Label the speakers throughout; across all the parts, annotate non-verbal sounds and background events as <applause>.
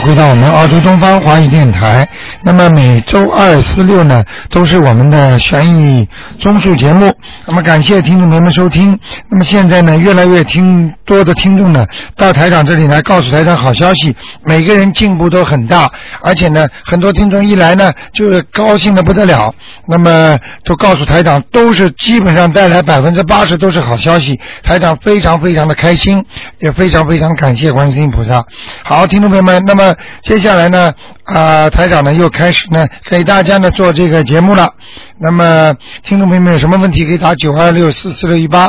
Speaker 1: 华都东方华语电台。那么每周二、四、六呢，都是我们的悬疑综述节目。那么感谢听众朋友们收听。那么现在呢，越来越听多的听众呢，到台长这里来告诉台长好消息，每个人进步都很大，而且呢，很多听众一来呢，就是高兴的不得了。那么都告诉台长，都是基本上带来百分之八十都是好消息，台长非常非常的开心，也非常非常感谢观世音菩萨。好，听众朋友们，那么接下来呢，啊、台长呢又开始呢给大家呢做这个节目了。那么听众朋友们有什么问题可以打九二六四四六一八。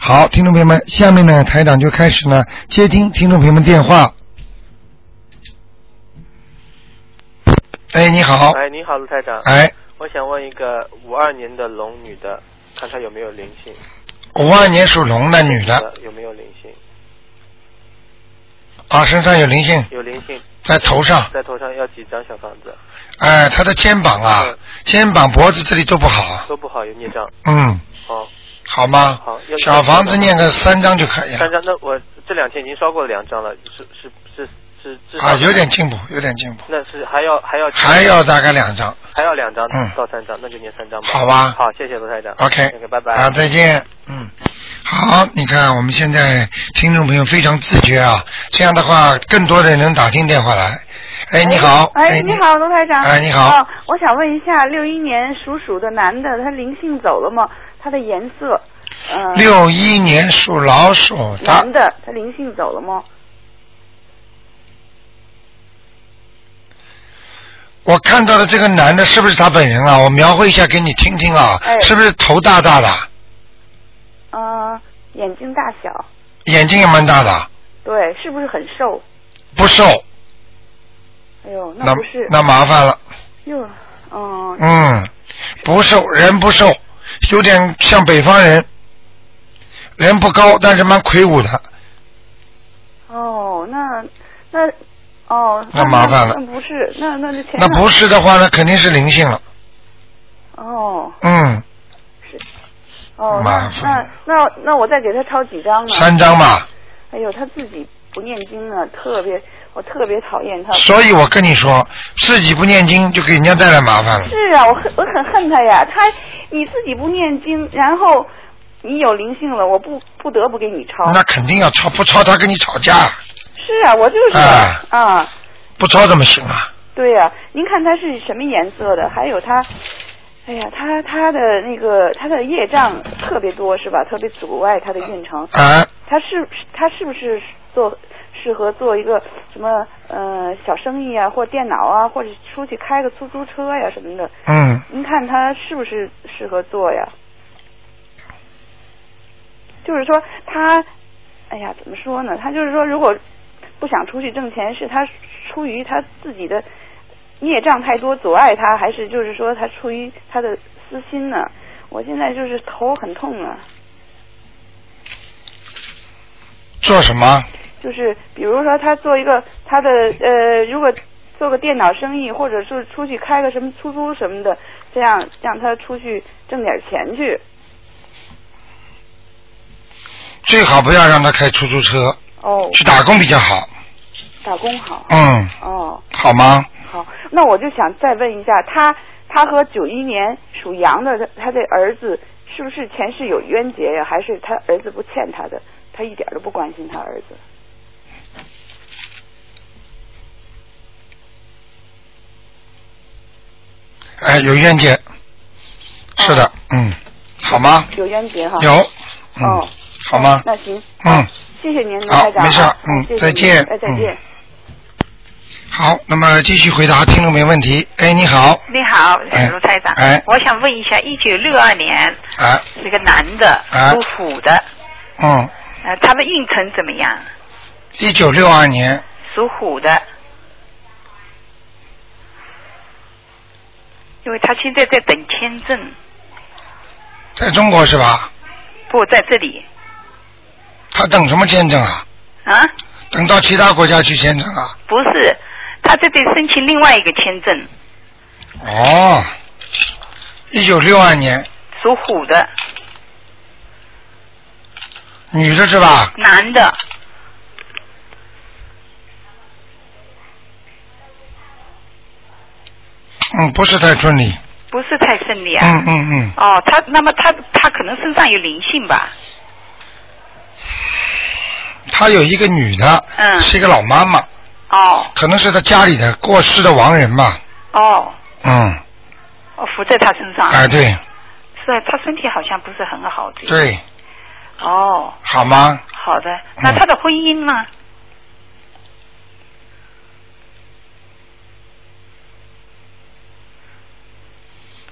Speaker 1: 好，听众朋友们，下面呢台长就开始呢接听听众朋友们电话。哎，你好，
Speaker 2: 哎，你好，卢台长。
Speaker 1: 哎，
Speaker 2: 我想问一个五二年的龙女的，看她有没有灵性。
Speaker 1: 五二年属龙的女的，
Speaker 2: 有没有灵性？
Speaker 1: 啊，身上有灵性，
Speaker 2: 有灵性。
Speaker 1: 在头上
Speaker 2: 在头上要几张小房子？
Speaker 1: 哎，她的肩膀啊，
Speaker 2: 嗯
Speaker 1: 肩膀、脖子这里都不好，啊
Speaker 2: 都不好，有孽障。
Speaker 1: 嗯，
Speaker 2: 哦，
Speaker 1: 好吗？
Speaker 2: 好。要
Speaker 1: 小房子念个三章就可以了
Speaker 2: 三，张，那我这两天已经烧过两张了，是是是是是。
Speaker 1: 啊，有点。进步，有点进步，
Speaker 2: 那是还要还要
Speaker 1: 还要大概两张
Speaker 2: 还要两张
Speaker 1: 嗯
Speaker 2: 到三张，那就念三张吧。
Speaker 1: 好吧
Speaker 2: 好，谢谢卢台长。
Speaker 1: ，OK，
Speaker 2: 那个拜拜。
Speaker 1: 啊，再见，嗯。好，你看我们现在听众朋友非常自觉啊，这样的话更多的人能打进电话来。哎，你好，
Speaker 3: 哎，你，好，卢台长。
Speaker 1: 哎你好
Speaker 3: 哦我想问一下，六一年属鼠的男的，他灵性走了吗？他的颜色，呃，
Speaker 1: 六一年属老鼠的
Speaker 3: 男，的，他灵性走了吗？
Speaker 1: 我看到的这个男的是不是他本人啊？我描绘一下给你听听啊，
Speaker 3: 哎
Speaker 1: 是不是头大大的，
Speaker 3: 呃，眼睛大小，
Speaker 1: 眼睛也蛮大的，
Speaker 3: 对，是不是很瘦？
Speaker 1: 不瘦，
Speaker 3: 哎呦，
Speaker 1: 那
Speaker 3: 那不是，
Speaker 1: 那麻烦了。
Speaker 3: 又，嗯，
Speaker 1: 嗯，不瘦，人不瘦，有点像北方人，人不高，但是蛮魁梧的。
Speaker 3: 哦，那那，哦，
Speaker 1: 那麻烦了
Speaker 3: 那不是，那那就前
Speaker 1: 那
Speaker 3: 两
Speaker 1: 不是的话，那肯定是灵性了。
Speaker 3: 哦
Speaker 1: 嗯，
Speaker 3: 哦，
Speaker 1: 麻
Speaker 3: 那
Speaker 1: 烦
Speaker 3: 那那那我再给他抄几张呢？
Speaker 1: 三张吧。
Speaker 3: 哎呦，他自己不念经呢，特别我特别讨厌他。
Speaker 1: 所以我跟你说，自己不念经就给人家带来麻烦了。
Speaker 3: 是啊，我很我很恨他呀，他你自己不念经，然后你有灵性了，我不不得不给你抄。
Speaker 1: 那肯定要抄，不抄他跟你吵架，
Speaker 3: 是啊，我就是
Speaker 1: 啊
Speaker 3: 啊
Speaker 1: 不抄怎么行啊？
Speaker 3: 对呀、您看他是什么颜色的？还有他，哎呀，他他的那个他的业障特别多是吧？特别阻碍他的运程。
Speaker 1: 啊，
Speaker 3: 他是他是不是做适合做一个什么呃小生意啊，或电脑啊，或者出去开个出租车呀什么的？
Speaker 1: 嗯，
Speaker 3: 您看他是不是适合做呀？就是说他，哎呀，怎么说呢？他就是说，如果不想出去挣钱，是他出于他自己的孽障太多阻碍他，还是就是说他出于他的私心呢？我现在就是头很痛啊，
Speaker 1: 做什么？
Speaker 3: 就是比如说他做一个他的呃，如果做个电脑生意，或者是出去开个什么出租什么的，这样让他出去挣点钱去。
Speaker 1: 最好不要让他开出租车，
Speaker 3: 哦，
Speaker 1: 去打工比较好。
Speaker 3: 打工好。
Speaker 1: 嗯，
Speaker 3: 哦，
Speaker 1: 好吗？
Speaker 3: 好，那我就想再问一下，他他和九一年属羊的他他的儿子是不是前世有冤结呀？还是他儿子不欠他的？他一点都不关心他儿子。
Speaker 1: 哎，有冤结，
Speaker 3: 哦
Speaker 1: 是的，嗯，好吗？
Speaker 3: 有冤结哈。。
Speaker 1: 有，嗯
Speaker 3: 哦，，
Speaker 1: 好吗？
Speaker 3: 那行，
Speaker 1: 嗯，
Speaker 3: 谢谢您，卢
Speaker 1: 好
Speaker 3: 台长啊。
Speaker 1: 没事嗯
Speaker 3: 谢谢
Speaker 1: 再
Speaker 3: 您
Speaker 1: 见嗯
Speaker 3: 哎，再见。
Speaker 1: 好，那么继续回答听众没问题。哎，你好，
Speaker 4: 你好
Speaker 1: 哎，
Speaker 4: 卢台长，
Speaker 1: 哎
Speaker 4: 我想问一下，一九六二年
Speaker 1: 啊，
Speaker 4: 那个男的
Speaker 1: 哎
Speaker 4: 属虎的，
Speaker 1: 嗯，
Speaker 4: 呃，他的运程怎么样？
Speaker 1: 一九六二年，
Speaker 4: 属虎的，因为他现在在等签证，
Speaker 1: 在中国是吧？
Speaker 4: 不在这里
Speaker 1: 他等什么签证啊？
Speaker 4: 啊？
Speaker 1: 等到其他国家去签证啊？
Speaker 4: 不是，他这得申请另外一个签证，
Speaker 1: 哦，一九六二年，
Speaker 4: 属虎的
Speaker 1: 女的是吧？
Speaker 4: 男的，
Speaker 1: 嗯，不是太顺利。
Speaker 4: 不是太顺利啊。
Speaker 1: 嗯嗯嗯，
Speaker 4: 哦，他那么他他可能身上有灵性吧？
Speaker 1: 她有一个女的，
Speaker 4: 嗯
Speaker 1: 是一个老妈妈，
Speaker 4: 哦
Speaker 1: 可能是她家里的过世的亡人吧。
Speaker 4: 哦，
Speaker 1: 嗯，
Speaker 4: 哦浮在他身上。
Speaker 1: 哎，对
Speaker 4: 是啊，他身体好像不是很好。这个。
Speaker 1: 对，
Speaker 4: 哦，
Speaker 1: 好吗？
Speaker 4: 好的。
Speaker 1: 嗯
Speaker 4: 那他的婚姻呢？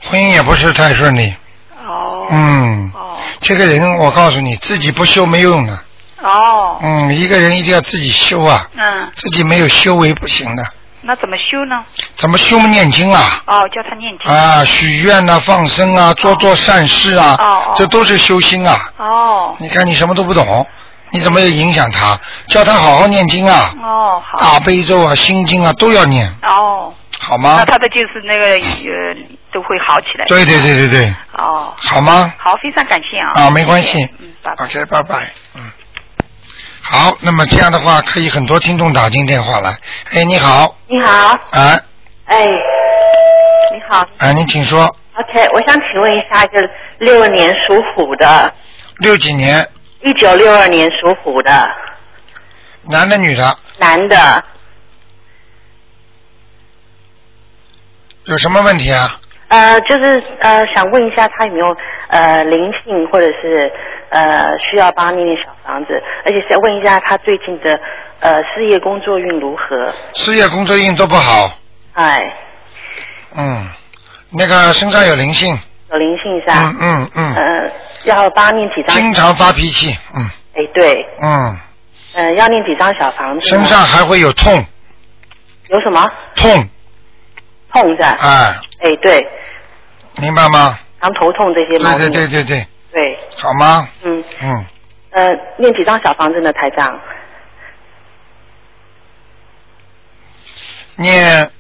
Speaker 1: 婚姻也不是太顺利。
Speaker 4: 哦。
Speaker 1: 嗯，
Speaker 4: 哦
Speaker 1: 这个人我告诉你，自己不修没用的。
Speaker 4: 哦。
Speaker 1: 嗯，一个人一定要自己修啊，
Speaker 4: 嗯，
Speaker 1: 自己没有修为不行的。
Speaker 4: 那怎么修呢？
Speaker 1: 怎么修念经啊？
Speaker 4: 哦，叫他念经。
Speaker 1: 啊，许愿呐、放生啊，做做善事啊，
Speaker 4: 哦哦
Speaker 1: 这都是修心啊。
Speaker 4: 哦
Speaker 1: 你看你什么都不懂，你怎么也影响他？叫他好好念经啊，
Speaker 4: 哦，好。
Speaker 1: 大悲咒啊、心经啊都要念，
Speaker 4: 哦，
Speaker 1: 好
Speaker 4: 那
Speaker 1: 吗？
Speaker 4: 他的就是那个呃，都会好起来。
Speaker 1: 对对对对对，
Speaker 4: 哦，
Speaker 1: 好吗？
Speaker 4: 好，非常感谢啊。
Speaker 1: 啊，没关系啊
Speaker 4: 谢谢嗯，拜拜。
Speaker 1: OK，拜拜。嗯，好，那么这样的话，可以很多听众打进电话来。哎，你好，
Speaker 5: 你好，
Speaker 1: 哎
Speaker 5: 哎，你好
Speaker 1: 哎，您请说，
Speaker 5: ，OK，我想请问一下，就是六二年属虎的，
Speaker 1: 六几年，
Speaker 5: 一九六二年属虎的
Speaker 1: 男的女的，
Speaker 5: 男的，
Speaker 1: 有什么问题啊？
Speaker 5: 呃，就是呃，想问一下他有没有呃灵性，或者是呃需要帮他念念小房子，而且想问一下他最近的呃事业工作运如何？
Speaker 1: 事业、工作运都不好。
Speaker 5: 哎，
Speaker 1: 嗯，那个身上有灵性。
Speaker 5: 有灵性是吧
Speaker 6: 啊
Speaker 1: 嗯？嗯嗯，
Speaker 5: 呃，要帮他念几张？
Speaker 1: 经常发脾气。嗯
Speaker 5: 哎，对，
Speaker 1: 嗯，
Speaker 5: 呃，要念几张小房子呢？
Speaker 1: 身上还会有痛
Speaker 5: 有什么
Speaker 1: 痛，
Speaker 5: 痛是吧？
Speaker 1: 哎，
Speaker 5: 哎，对，
Speaker 1: 明白吗？
Speaker 5: 常头痛这些
Speaker 1: 对
Speaker 5: 毛
Speaker 1: 对
Speaker 5: 病。
Speaker 1: 对对对，
Speaker 5: 对
Speaker 1: 好吗？
Speaker 5: 嗯，
Speaker 1: 嗯，
Speaker 5: 呃，念几张小房子呢，台长？
Speaker 1: 念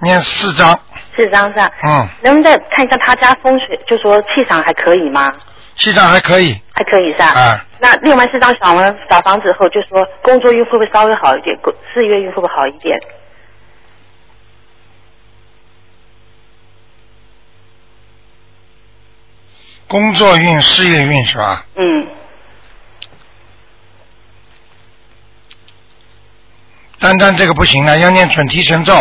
Speaker 1: 念四张，
Speaker 5: 四张是吧？
Speaker 1: 嗯，
Speaker 5: 能不能再看一下他家风水，就说气场还可以吗？
Speaker 1: 气场还可以，
Speaker 5: 还可以是吧？
Speaker 1: 哎，
Speaker 5: 那另外四张小房小房子后，就说工作运会不会稍微好一点，工事业运会不会好一点？
Speaker 1: 工作运、事业运是吧？
Speaker 5: 嗯，
Speaker 1: 单单这个不行了，要念准提神咒，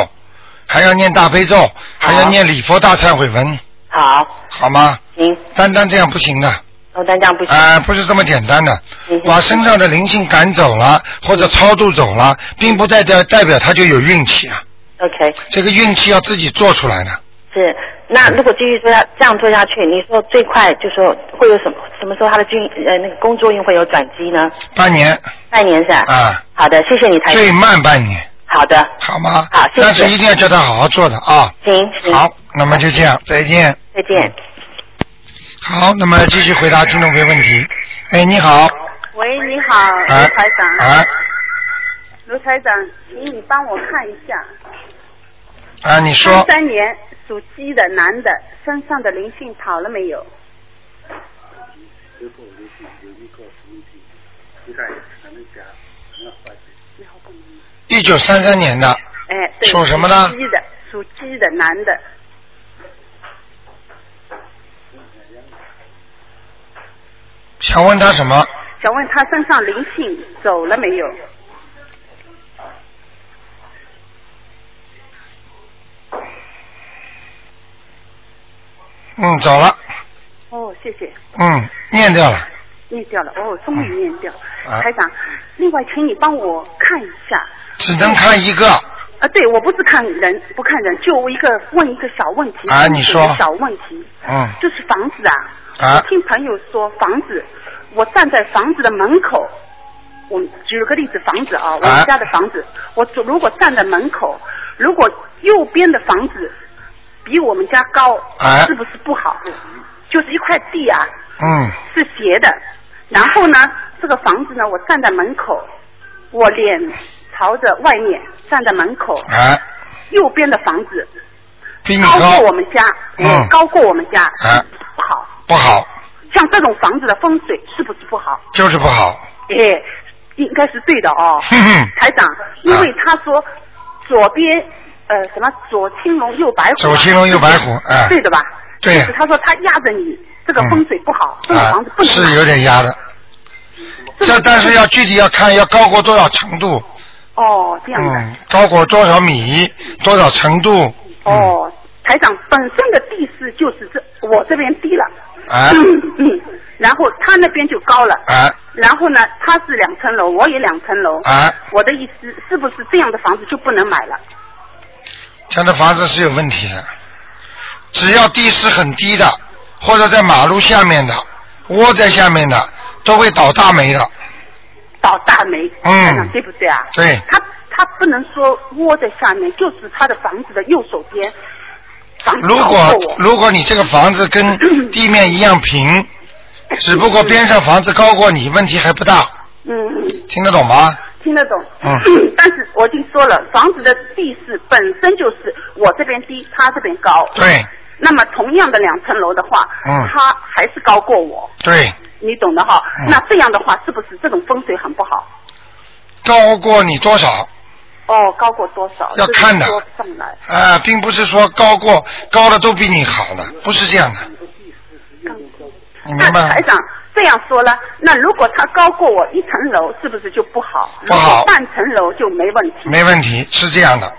Speaker 1: 还要念大悲咒，还要念礼佛大忏悔文，
Speaker 5: 好，
Speaker 1: 好吗？
Speaker 5: 行，
Speaker 1: 单单这样不行的，啊、
Speaker 5: 我单这样不行。
Speaker 1: 不是这么简单的。
Speaker 5: 嗯哼
Speaker 1: 把身上的灵性赶走了，或者超度走了，并不代表代表他就有运气啊。
Speaker 5: OK，
Speaker 1: 这个运气要自己做出来的。
Speaker 5: 是。那如果继续做下这样做下去，你说最快就说会有什么什么时候他的军呃那个工作运会有转机呢？
Speaker 1: 半年
Speaker 5: 半年是吧？
Speaker 1: 啊，
Speaker 5: 好的，谢谢
Speaker 7: 哎
Speaker 5: 你，台长。
Speaker 1: 最慢半年，
Speaker 5: 好的，
Speaker 1: 好吗？
Speaker 5: 好谢谢
Speaker 1: 但是一定要叫他好好做的啊。
Speaker 5: 行
Speaker 7: 嗯
Speaker 5: 行，
Speaker 1: 好，那么就这样，再见。
Speaker 5: 再见。
Speaker 1: 好，那么继续回答听众朋友问题。哎，你好，
Speaker 7: 喂，你好，卢
Speaker 1: 哎
Speaker 7: 台长。，
Speaker 1: 哎，
Speaker 7: 卢台长，请你帮我看一下，
Speaker 1: 啊，你
Speaker 7: 三
Speaker 1: 说，
Speaker 7: 三年属鸡的男的身上的灵性跑了没有？
Speaker 1: 一九三三年的，
Speaker 8: 嗯
Speaker 7: 哎，对，
Speaker 1: 属什么呢
Speaker 7: 属鸡的，属鸡的男的，
Speaker 1: 想问他什么？
Speaker 7: 想问他身上灵性走了没有？
Speaker 1: 嗯，走了，
Speaker 7: 哦，谢谢，
Speaker 1: 嗯，念掉了。
Speaker 7: 念掉了，哦，终于念掉了。
Speaker 1: 啊
Speaker 7: 台长，另外，请你帮我看一下，
Speaker 1: 只能看一个，
Speaker 7: 啊，对我不是看人，不看人，就一个问一个小问题，
Speaker 1: 啊你说
Speaker 7: 小问题，
Speaker 1: 嗯
Speaker 7: 就是房子啊，
Speaker 1: 啊
Speaker 7: 我听朋友说房子，我站在房子的门口，我举个例子，房子啊，我
Speaker 1: 啊
Speaker 7: 们家的房子，我走如果站在门口，如果右边的房子比我们家高，
Speaker 1: 啊
Speaker 7: 是不是不好？就是一块地啊，
Speaker 1: 嗯，
Speaker 7: 是斜的，然后呢，这个房子呢，我站在门口，我脸朝着外面站在门口，
Speaker 1: 啊，
Speaker 7: 右边的房子
Speaker 1: 比你
Speaker 7: 高
Speaker 1: 高
Speaker 7: 过我们家，
Speaker 1: 嗯
Speaker 7: 哎高过我们家，
Speaker 1: 啊
Speaker 7: 不好。
Speaker 1: 不好，
Speaker 7: 像这种房子的风水是不是不好？
Speaker 1: 就是不好，
Speaker 7: 哎，应该是对的哦。
Speaker 1: 哼哼
Speaker 7: 台长，因
Speaker 1: 啊
Speaker 7: 为他说左边呃什么左青龙右白虎啊，
Speaker 1: 左青龙右白虎哎
Speaker 7: 对的吧？
Speaker 1: 对
Speaker 7: 就是他说他压着你，这个风水不好，这
Speaker 1: 嗯
Speaker 7: 个
Speaker 1: 啊
Speaker 7: 房子不，能买
Speaker 1: 是有点压的。
Speaker 7: 这
Speaker 1: 这
Speaker 7: 个
Speaker 1: 但是要具体要看要高过多少程度，
Speaker 7: 哦这样的、
Speaker 1: 嗯，高过多少米，多少程度，嗯，
Speaker 7: 哦。台长本身的地势就是这，我这边低了，
Speaker 1: 哎
Speaker 7: 嗯嗯，然后他那边就高了，
Speaker 1: 哎
Speaker 7: 然后呢，他是两层楼，我也两层楼，
Speaker 1: 哎，
Speaker 7: 我的意思是不是这样的房子就不能买了？
Speaker 1: 这样的房子是有问题的。只要地势很低的，或者在马路下面的，窝在下面的，都会倒大霉的。
Speaker 7: 倒大霉，
Speaker 1: 嗯
Speaker 7: 台长对不对啊？
Speaker 1: 对
Speaker 7: 他他不能说窝在下面，就是他的房子的右手边，房子
Speaker 1: 如
Speaker 7: 倒
Speaker 1: 果
Speaker 7: 过我，
Speaker 1: 如果你这个房子
Speaker 7: <coughs>
Speaker 1: 跟地面一样平，只不过边上房子高过你，问题还不大，
Speaker 7: 嗯，
Speaker 1: 听得懂吗？
Speaker 7: 听得懂。
Speaker 1: 嗯
Speaker 7: 但是我已经说了，房子的地势本身就是我这边低，他这边高。。
Speaker 1: 对
Speaker 7: 那么同样的两层楼的话，
Speaker 1: 嗯
Speaker 7: 他还是高过我，
Speaker 1: 对，
Speaker 7: 你懂的哈。
Speaker 1: 嗯
Speaker 7: 那这样的话，是不是这种风水很不好？
Speaker 1: 高过你多少？
Speaker 7: 哦，高过多少？
Speaker 1: 要看的
Speaker 7: 这个说不上来，
Speaker 1: 啊，并不是说高过高的都比你好的，不是这样的，你
Speaker 7: 那
Speaker 1: 明白吗
Speaker 7: 台？长这样说了，那如果他高过我一层楼，是不是就不好？
Speaker 1: 不好
Speaker 7: 如果半层楼就没问题。
Speaker 1: 没问题，是这样的，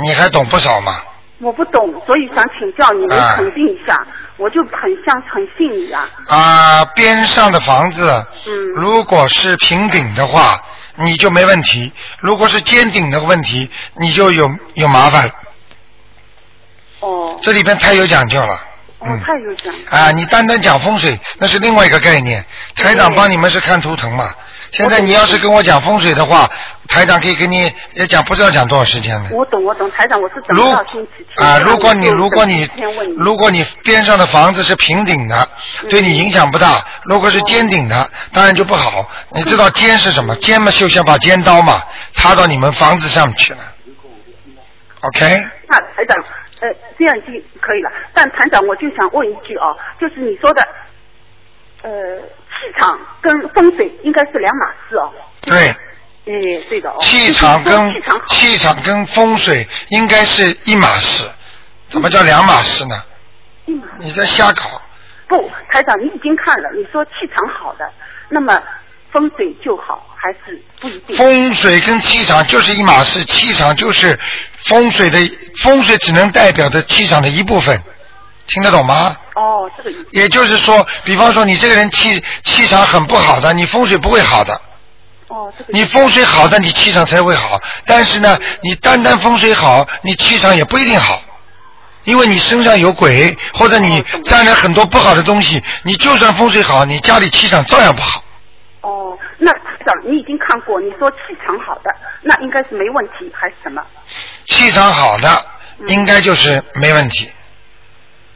Speaker 1: 你还懂不少嘛？
Speaker 7: 我不懂，所以想请教你，你
Speaker 1: 啊
Speaker 7: 肯定一下，我就很像很信你啊。
Speaker 1: 啊，边上的房子，
Speaker 7: 嗯
Speaker 1: 如果是平顶的话，你就没问题；如果是尖顶的问题，你就有有麻烦。
Speaker 7: 哦，
Speaker 1: 这里边太有讲究了。
Speaker 7: 我
Speaker 1: 嗯。
Speaker 7: 太有讲究了。
Speaker 1: 啊，你单单讲风水，那是另外一个概念。台长帮你们是看图腾嘛？现在你要是跟我讲风水的话，台长可以跟你也讲不知道讲多少时间了。
Speaker 7: 我懂，我懂，台长，我是等
Speaker 1: 如
Speaker 7: 到星期天
Speaker 1: 啊，如果你
Speaker 7: 然后
Speaker 1: 如
Speaker 7: 就
Speaker 1: 果
Speaker 7: 等
Speaker 1: 你
Speaker 7: 星期天问你
Speaker 1: 如果你边上的房子是平顶的，对你影响不大；如果是尖顶的，当然就不好。 <laughs> 你知道尖是什么？尖嘛，就像把尖刀嘛插到你们房子上去了。OK，
Speaker 7: 那台长，呃，这样就可以了。但台长，我就想问一句啊，就是你说的，呃，气场跟风水应该是两码事哦。
Speaker 1: 对。
Speaker 7: 哎，对的哦。
Speaker 1: 气场
Speaker 7: 就是说
Speaker 1: 跟
Speaker 7: 气场好。
Speaker 1: 气场跟风水应该是一码事，怎么叫两码事呢？
Speaker 7: 嗯
Speaker 1: 你在瞎搞，
Speaker 7: 不，台长，你已经看了，你说气场好的，那么风水就好还是不一定？
Speaker 1: 风水跟气场就是一码事，气场就是风水的风水只能代表着气场的一部分，听得懂吗？
Speaker 7: 哦，这个意思
Speaker 1: 也就是说，比方说你这个人气气场很不好的，你风水不会好的。
Speaker 7: 哦， <laughs> 这个意
Speaker 1: 你
Speaker 7: 思
Speaker 1: 风水好的，你气场才会好。但是呢，你单单风水好，你气场也不一定好，因为你身上有鬼，或者
Speaker 7: 哦
Speaker 1: 你沾了很多不好的东西。你就算风水好，你家里气场照样不好。
Speaker 7: 哦，那台长，你已经看过，你说气场好的，那应该是没问题还是什么？嗯
Speaker 1: 气场好的，应该就是没问题。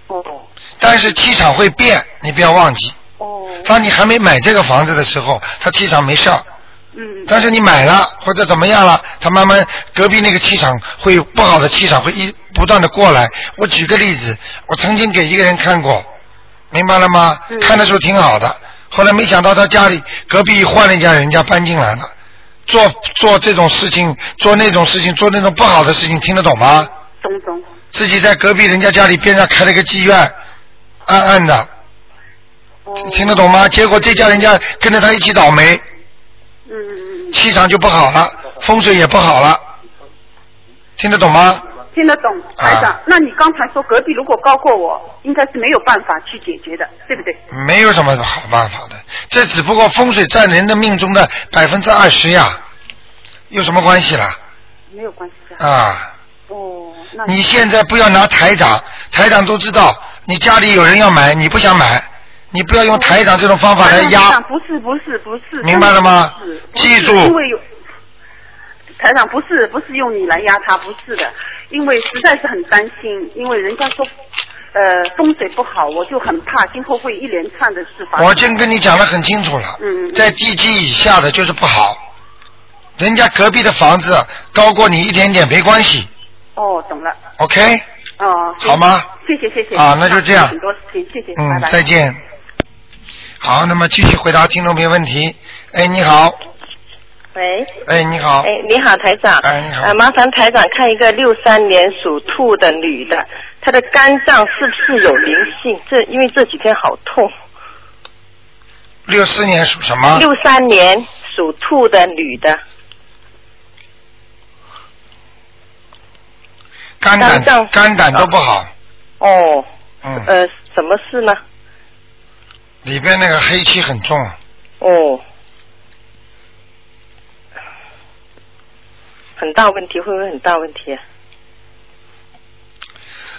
Speaker 7: 哦
Speaker 1: 但是气场会变，你不要忘记。
Speaker 7: 哦，
Speaker 1: 当你还没买这个房子的时候，他气场没事儿；
Speaker 7: 嗯，
Speaker 1: 但是你买了或者怎么样了，他慢慢隔壁那个气场会不好的气场会一不断的过来。我举个例子，我曾经给一个人看过，明白了吗？
Speaker 7: 嗯
Speaker 1: 看的时候挺好的，后来没想到他家里隔壁换了一家人家搬进来了，做做这种事情，做那种事情，做那种不好的事情，听得懂吗？
Speaker 7: 中中，
Speaker 1: 自己在隔壁人家家里边上开了个妓院，暗暗的，
Speaker 7: 哦，
Speaker 1: 听得懂吗？结果这家人家跟着他一起倒霉，
Speaker 7: 嗯嗯嗯，
Speaker 1: 气场就不好了，风水也不好了，听得懂吗？
Speaker 7: 听得懂，
Speaker 1: 啊
Speaker 7: 台长。那你刚才说隔壁如果高过我，应该是没有办法去解决的，对不对？
Speaker 1: 没有什么好办法的，这只不过风水占人的命中的百分之二十呀，有什么关系啦？
Speaker 7: 没有关系的。
Speaker 1: 啊，
Speaker 7: 哦，那
Speaker 1: 你现在不要拿台长，台长都知道你家里有人要买，你不想买，你不要用台长这种方法来
Speaker 7: 哦台
Speaker 1: 压
Speaker 7: 长。不是不是不是，
Speaker 1: 明白了吗
Speaker 7: 不是不是
Speaker 1: 记住
Speaker 7: 因为有台长不是不是用你来压他，不是的，因为实在是很担心，因为人家说呃风水不好，我就很怕今后会一连串的事发生。
Speaker 1: 我已经跟你讲的很清楚了，
Speaker 7: 嗯
Speaker 1: 在地基以下的就是不好，人家隔壁的房子高过你一点点没关系
Speaker 7: 哦，懂了，
Speaker 1: ，OK？
Speaker 7: 哦，谢谢
Speaker 1: 好吗？
Speaker 7: 谢谢谢谢
Speaker 1: 啊那就这样
Speaker 7: 很多事情，谢谢，
Speaker 1: 嗯
Speaker 7: 拜，拜。
Speaker 1: 再见。好，那么继续回答听众朋友问题。哎，你好，
Speaker 8: 嗯喂，
Speaker 1: 哎，你好
Speaker 8: 哎，，你好，台长。
Speaker 1: 哎你好
Speaker 8: 呃，麻烦台长看一个六三年属兔的女的，她的肝脏是不是有灵性？这因为这几天好痛。
Speaker 1: 六四年属什
Speaker 7: 啊
Speaker 1: 么？
Speaker 8: 六三年属兔的女的，
Speaker 1: 肝
Speaker 8: 肝脏
Speaker 1: 胆肝胆都不好，
Speaker 8: 哦，
Speaker 1: 嗯，
Speaker 8: 呃，什么事呢？
Speaker 1: 里边那个黑气很重，
Speaker 8: 哦，很大问题，会不会很大问题、啊？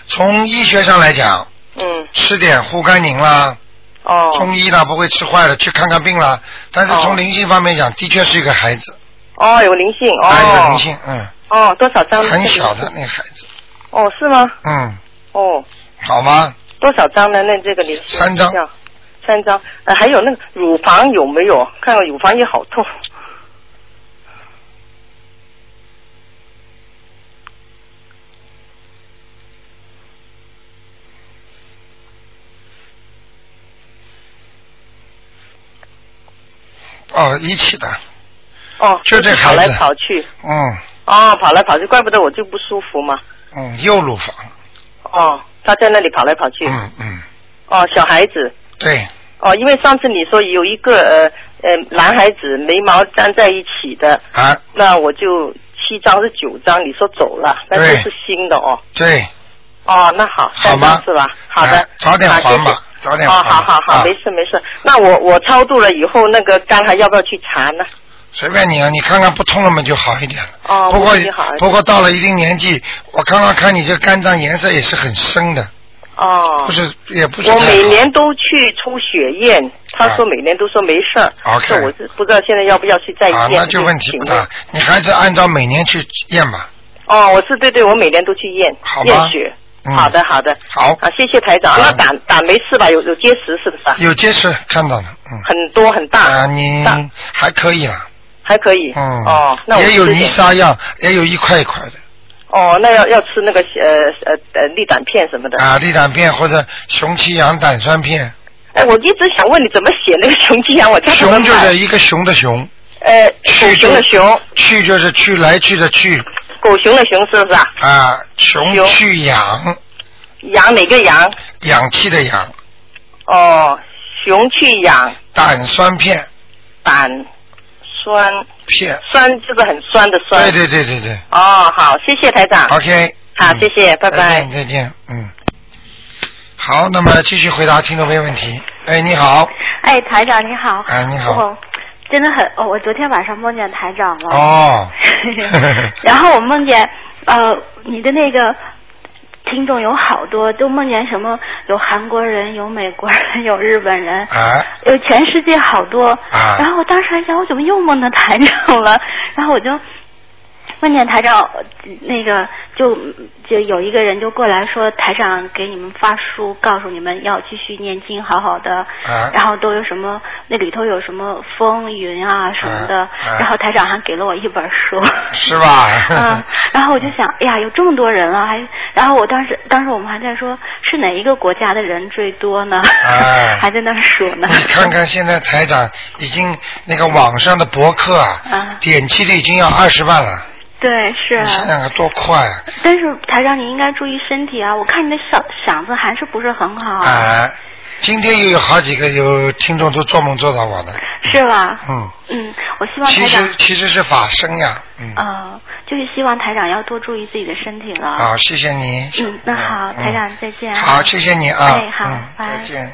Speaker 1: 从医学上来讲，
Speaker 8: 嗯，
Speaker 1: 吃点护肝宁啦，
Speaker 8: 哦，
Speaker 1: 中医啦不会吃坏了，去看看病啦。但是
Speaker 8: 哦
Speaker 1: 从灵性方面讲，的确是一个孩子，
Speaker 8: 哦，有灵性，哦，
Speaker 1: 还有灵性，嗯，
Speaker 8: 哦，多少张？
Speaker 1: 很小的。那个孩子，
Speaker 8: 哦，是吗？
Speaker 1: 嗯，
Speaker 8: 哦，
Speaker 1: 好吗？
Speaker 8: 多少张呢？那这个灵性
Speaker 1: 三张
Speaker 8: 要三张。呃，还有那个乳房有没有？看看乳房也好痛。
Speaker 1: 哦，一起的，
Speaker 8: 哦，
Speaker 1: 就这
Speaker 8: 是
Speaker 1: 孩
Speaker 8: 跑
Speaker 1: 子
Speaker 8: 来跑去。
Speaker 1: 嗯
Speaker 8: 哦，跑来跑去，怪不得我就不舒服嘛。
Speaker 1: 嗯，右乳房，
Speaker 8: 哦，他在那里跑来跑去。
Speaker 1: 嗯嗯，
Speaker 8: 哦，小孩子。
Speaker 1: 对，
Speaker 8: 哦，因为上次你说有一个呃呃男孩子眉毛粘在一起的，
Speaker 1: 啊，
Speaker 8: 那我就七张是九张，你说走了，但
Speaker 1: 对
Speaker 8: 是是新的哦。
Speaker 1: 对，
Speaker 8: 哦，那好，
Speaker 1: 好
Speaker 8: 三
Speaker 1: 吗
Speaker 8: 张是吧？好的
Speaker 1: 啊，早点
Speaker 8: 好
Speaker 1: 还
Speaker 8: 谢谢
Speaker 1: 吧，早点
Speaker 8: 哦，
Speaker 1: 还吧。
Speaker 8: 好好好，
Speaker 1: 啊
Speaker 8: 没事没事。那我我超度了以后，那个肝还要不要去查呢？
Speaker 1: 随便你啊，你看看不痛了嘛就好一点了。
Speaker 8: 哦
Speaker 1: 不过
Speaker 8: 不痛就好一点
Speaker 1: 不过到了一定年纪，我刚刚看你这肝脏颜色也是很深的，
Speaker 8: 哦
Speaker 1: 不，是也不是太
Speaker 8: 我
Speaker 1: 好。
Speaker 8: 每年都去抽血验，他
Speaker 1: 啊
Speaker 8: 说每年都说没事儿。
Speaker 1: OK
Speaker 8: 那我是不知道现在要不要去再
Speaker 1: 啊，
Speaker 8: 验。
Speaker 1: 那就问题
Speaker 8: 请
Speaker 1: 不
Speaker 8: 问
Speaker 1: 大。你还是按照每年去验吧。
Speaker 8: 哦，我是对对，我每年都去验
Speaker 1: 好吧
Speaker 8: 验血。
Speaker 1: 嗯
Speaker 8: 好的好的，
Speaker 1: 好，
Speaker 8: 啊，谢谢台长。
Speaker 1: 啊
Speaker 8: 那胆胆没事吧？有有结石是不是啊？
Speaker 1: 有结石看到了，嗯。
Speaker 8: 很多很
Speaker 1: 啊，
Speaker 8: 大，
Speaker 1: 你
Speaker 8: 大
Speaker 1: 还可以啦，
Speaker 8: 还可以。
Speaker 1: 嗯。
Speaker 8: 哦，那我
Speaker 1: 也有
Speaker 8: 吃
Speaker 1: 泥
Speaker 8: 点
Speaker 1: 沙样，也有一块一块的
Speaker 8: 哦，那要要吃那个呃呃呃利胆片什么的。
Speaker 1: 啊，利胆片或者熊七羊胆酸片，
Speaker 8: 哎，我一直想问你怎么写 <laughs> 那个熊鸡羊，我家怎么
Speaker 1: 熊
Speaker 8: 买
Speaker 1: 就是一个熊的熊，
Speaker 8: 呃狗
Speaker 1: 去
Speaker 8: 熊的
Speaker 1: 就
Speaker 8: 熊，
Speaker 1: 去就是去来去的去
Speaker 8: 狗熊的熊是不是啊？
Speaker 1: 啊，熊
Speaker 8: 熊
Speaker 1: 去养，
Speaker 8: 羊哪个羊？
Speaker 1: 氧气的氧，
Speaker 8: 哦，熊去养
Speaker 1: 胆酸片
Speaker 8: 胆酸
Speaker 1: 片。
Speaker 8: 酸就是很酸的酸。
Speaker 1: 对对对对对。
Speaker 8: 哦，好，谢谢台长。
Speaker 1: OK。
Speaker 8: 好
Speaker 1: 嗯
Speaker 8: 谢谢拜拜
Speaker 1: 再见，再见，嗯。好，那么继续回答听众朋友问题。哎，你好，
Speaker 9: 哎，台长你好。
Speaker 1: 哎你
Speaker 8: 哦
Speaker 1: 好
Speaker 9: 我真的很，哦我昨天晚上梦见台长了。，
Speaker 8: <laughs>
Speaker 1: 哦
Speaker 9: <laughs> 然后我梦见，呃，你的那个听众有好多，都梦见什么有韩国人，有美国人，有日本人。
Speaker 1: 啊，
Speaker 9: 有全世界好多，
Speaker 1: 啊
Speaker 9: 然后我当时还想，我怎么又梦到台长了？ <laughs> 然后我就梦见台长，呃那个就就有一个人就过来说，台长给你们发书，告诉你们要继续念经，好好的。
Speaker 1: 啊
Speaker 9: 然后都有什么？那里头有什么风云啊什么的。
Speaker 1: 啊啊
Speaker 9: 然后台长还给了我一本书。
Speaker 1: 是吧？
Speaker 9: <laughs> 嗯，然后我就想，哎呀，有这么多人啊，还，然后我当时，当时我们还在说，是哪一个国家的人最多呢？
Speaker 1: 哎
Speaker 9: <laughs> 还在那儿数呢。
Speaker 1: <laughs> 你
Speaker 9: <laughs>
Speaker 1: 看看现在台长已经那个网上的博客啊
Speaker 8: 嗯
Speaker 9: 啊，
Speaker 1: 点击率已经要二十万了，
Speaker 9: 对，
Speaker 1: 你
Speaker 9: 是
Speaker 1: 想
Speaker 9: 啊。
Speaker 1: 想看多快啊！
Speaker 9: 但是台长，你应该注意身体啊！我看你的小嗓子还是不是很好，
Speaker 1: 啊，今天又有好几个有听众都做梦做到我的，
Speaker 9: 是吧？
Speaker 1: 嗯，
Speaker 9: 嗯，我希望
Speaker 1: 其
Speaker 9: 台长
Speaker 1: 实，其实是法身呀，嗯，
Speaker 9: 呃，就是希望台长要多注意自己的身体了。
Speaker 1: 好，谢谢你。
Speaker 9: 嗯那好
Speaker 1: 嗯
Speaker 9: 台长再见啊
Speaker 1: 好，谢谢你啊。
Speaker 9: 哎好
Speaker 1: 嗯
Speaker 9: 拜
Speaker 1: 再见。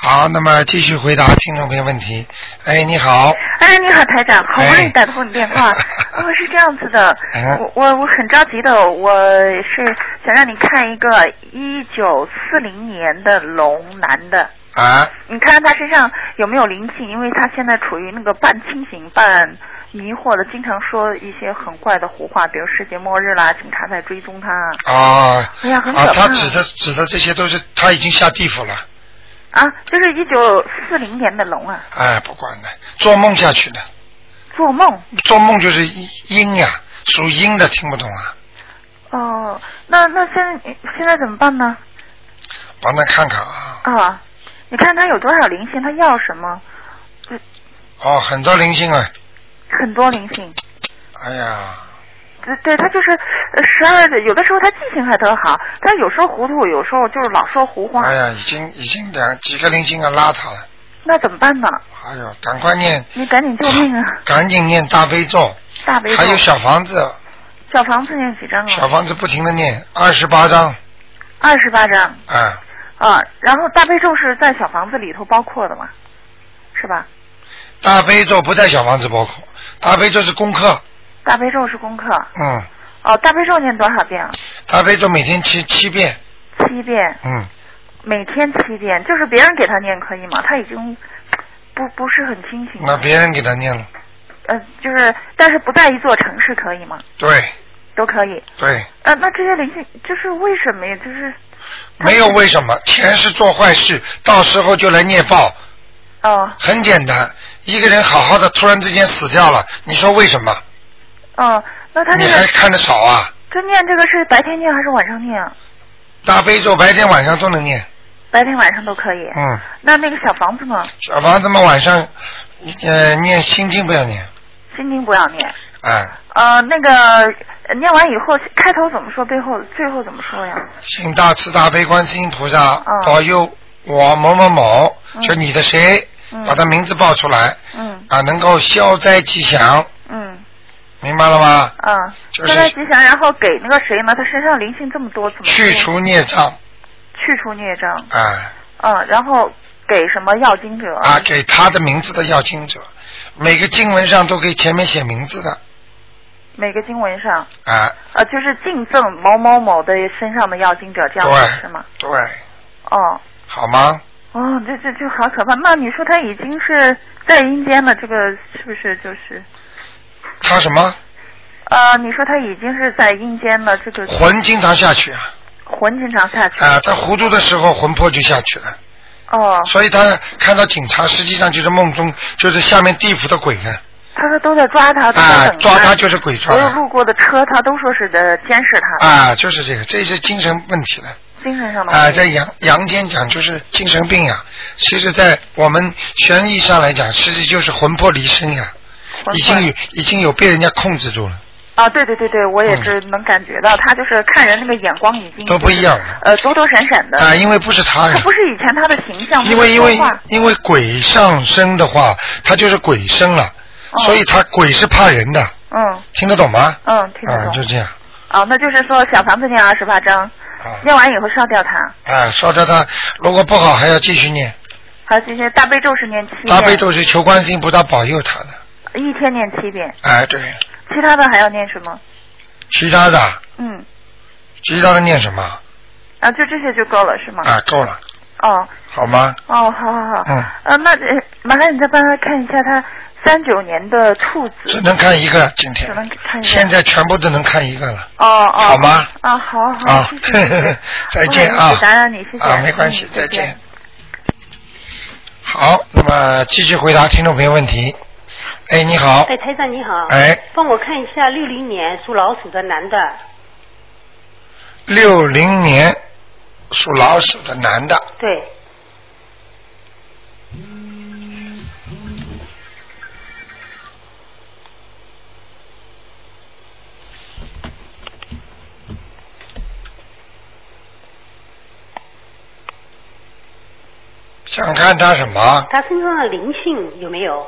Speaker 1: 好，那么继续回答听众朋友问题。哎，你好，
Speaker 10: 哎，你好，台长，好不容易
Speaker 1: 哎
Speaker 10: 打通你电
Speaker 1: <laughs>
Speaker 10: 话。我、
Speaker 9: 哦
Speaker 10: 是这样子的
Speaker 1: 嗯，
Speaker 10: 我我我很着急的，我是想让你看一个一九四零年的龙男的，
Speaker 1: 啊，
Speaker 10: 你看看他身上有没有灵性，因为他现在处于那个半清醒半迷惑的，经常说一些很怪的胡话，比如世界末日啦，警察在追踪他。啊
Speaker 1: 哦，
Speaker 10: 哎呀很可
Speaker 1: 啊，他
Speaker 10: 怕
Speaker 1: 指的指的这些都是他已经下地府了，
Speaker 10: 啊，就是一九四零年的龙啊，
Speaker 1: 哎，不管了，做梦下去的，
Speaker 10: 做梦。
Speaker 1: 做梦就是阴呀，属阴的，听不懂啊，
Speaker 10: 哦，那那现在现在怎么办呢？
Speaker 1: 帮他看看啊，
Speaker 10: 啊，你看他有多少灵性，他要什么？
Speaker 1: 哦，很多灵性啊！
Speaker 10: 很多灵性。
Speaker 1: 哎呀，
Speaker 10: 对对，他就是呃十二的，有的时候他记性还特好，但有时候糊涂，有时候就是老说胡话，
Speaker 1: 哎呀，已经已经两几个灵性啊邋遢了。
Speaker 10: 那怎么办呢？
Speaker 1: 哎呦，赶快念，
Speaker 10: 你赶紧救命啊！
Speaker 1: 赶紧念大悲咒，
Speaker 10: 大悲咒
Speaker 1: 还有小房子，
Speaker 10: 小房子念几张啊？
Speaker 1: 小房子不停的念二十八章，
Speaker 10: 二十八张
Speaker 1: 啊，
Speaker 10: 啊，然后大悲咒是在小房子里头包括的嘛，是吧？
Speaker 1: 大悲咒不在小房子包括，大悲咒是功课，
Speaker 10: 大悲咒是功课
Speaker 1: 嗯，
Speaker 10: 哦，大悲咒念多少遍啊？
Speaker 1: 大悲咒每天七七遍，
Speaker 10: 七遍，
Speaker 1: 嗯，
Speaker 10: 每天七遍，就是别人给他念可以吗？他已经不不是很清醒，
Speaker 1: 那别人给他念了，
Speaker 10: 呃，就是但是不在一座城市可以吗？
Speaker 1: 对
Speaker 10: 都可以。
Speaker 1: 对，
Speaker 10: 呃，那这些灵性就是为什么呀？就是
Speaker 1: 没有为什么，前世做坏事，到时候就来孽报，
Speaker 10: 哦
Speaker 1: 很简单，一个人好好的突然之间死掉了，你说为什么？
Speaker 10: 哦，那他这
Speaker 1: 你还
Speaker 10: 个
Speaker 1: 看得少啊？
Speaker 10: 他念这个是白天念还是晚上念啊？
Speaker 1: 大悲咒白天晚上都能念，
Speaker 10: 白天晚上都可以。
Speaker 1: 嗯，
Speaker 10: 那那个小房子呢？
Speaker 1: 小房啊子嘛晚上，呃，念心经不要念，
Speaker 10: 心经不要念。
Speaker 1: 啊，
Speaker 10: 呃，那个呃念完以后，开头怎么说，背后最后怎么说呀？
Speaker 1: 请大慈大悲观世音菩萨
Speaker 10: 嗯
Speaker 1: 保佑我某某某，
Speaker 10: 嗯
Speaker 1: 就你的谁，
Speaker 10: 嗯
Speaker 1: 把他名字报出来，
Speaker 10: 嗯
Speaker 1: 啊，能够消灾吉祥，
Speaker 10: 嗯
Speaker 1: 明白了吗？
Speaker 10: 嗯，
Speaker 1: 就是
Speaker 10: 消灾吉祥，然后给那个谁呢？他身上灵性这么多，怎么做
Speaker 1: 去除孽障，
Speaker 10: 去除孽障？
Speaker 1: 啊
Speaker 10: 嗯，然后给什么药经者？
Speaker 1: 啊，给他的名字的要经者，每个经文上都给前面写名字的，
Speaker 10: 每个经文上，
Speaker 1: 啊，
Speaker 10: 呃，就是敬赠某某某的身上的药经者，这样
Speaker 1: 对
Speaker 10: 是吗？
Speaker 1: 对，
Speaker 10: 哦
Speaker 1: 好吗？
Speaker 10: 哦，这这这好可怕！那你说他已经是在阴间了，这个是不是就是？
Speaker 1: 他什么
Speaker 10: 呃，你说他已经是在阴间了，这个
Speaker 1: 魂经常下去啊？
Speaker 10: 魂经常下去。
Speaker 1: 啊，他糊涂的时候魂魄就下去了。
Speaker 10: 哦，
Speaker 1: 所以他看到警察，实际上就是梦中就是下面地府的鬼呢，
Speaker 10: 他说都在抓他，都
Speaker 1: 啊
Speaker 10: 在，等
Speaker 1: 抓他就是鬼抓
Speaker 10: 所有
Speaker 1: 的，
Speaker 10: 路过的车，他都说是的监视他，
Speaker 1: 啊，就是这个，这是精神问题了，
Speaker 10: 精神上的问
Speaker 1: 啊，
Speaker 10: 题
Speaker 1: 在阳阳间讲就是精神病呀、其实，在我们玄义上来讲，实际就是魂魄离身呀、
Speaker 10: 魂
Speaker 1: 已
Speaker 10: 魄
Speaker 1: 经有已经有被人家控制住了，
Speaker 10: 啊，对对对对，我也是能感觉到，他就是看人那个眼光已经
Speaker 1: 嗯都不一样
Speaker 10: 就
Speaker 1: 了
Speaker 10: 是呃，躲躲闪闪的。
Speaker 1: 啊，因为不是
Speaker 10: 他
Speaker 1: 他呀
Speaker 10: 不。是以前他的形象，
Speaker 1: 因
Speaker 10: 不
Speaker 1: 为
Speaker 10: 是
Speaker 1: 因为
Speaker 10: 说话
Speaker 1: 因为鬼上身的话，他就是鬼身了，
Speaker 10: 哦
Speaker 1: 所以他鬼是怕人的，
Speaker 10: 嗯
Speaker 1: 听得懂吗？
Speaker 10: 嗯，听得
Speaker 1: 啊，就
Speaker 10: 懂。
Speaker 1: 这样。
Speaker 10: 哦，那就是说小房子念二十八章，
Speaker 1: 啊
Speaker 10: 念完以后烧掉它，
Speaker 1: 啊，烧掉它，如果不好还要继续念。
Speaker 10: 还有这些大悲咒是念七遍，
Speaker 1: 大悲咒是求观世音菩萨保佑他的。
Speaker 10: 一天念七遍，
Speaker 1: 哎，对，
Speaker 10: 其他的还要念什么？
Speaker 1: 其他的啊，
Speaker 10: 嗯，
Speaker 1: 其他的念什么？
Speaker 10: 啊，就这些就够了是吗？
Speaker 1: 啊，够了，
Speaker 10: 哦
Speaker 1: 好吗？
Speaker 10: 哦，好好好。
Speaker 1: 嗯
Speaker 10: 呃，那呃麻烦你再帮他看一下他三九年的兔子。
Speaker 1: 只能看一个，今天
Speaker 10: 只能看一个
Speaker 1: 现在全部都能看一个了。
Speaker 10: 哦哦。
Speaker 1: 好吗
Speaker 10: 啊，好好。
Speaker 1: 啊
Speaker 10: 谢谢谢谢
Speaker 1: <laughs> 再见啊
Speaker 10: 不好意思打扰你，谢谢。
Speaker 1: 啊，没关系
Speaker 10: 嗯，
Speaker 1: 再见。好，那么继续回答听众朋友问题。哎，你好，
Speaker 11: 哎，台长你好。
Speaker 1: 哎。
Speaker 11: 帮我看一下六零年属老鼠的男的，
Speaker 1: 六零年属老鼠的男的，
Speaker 11: 对，
Speaker 1: 想看他什么？
Speaker 11: 他身上的灵性有没有？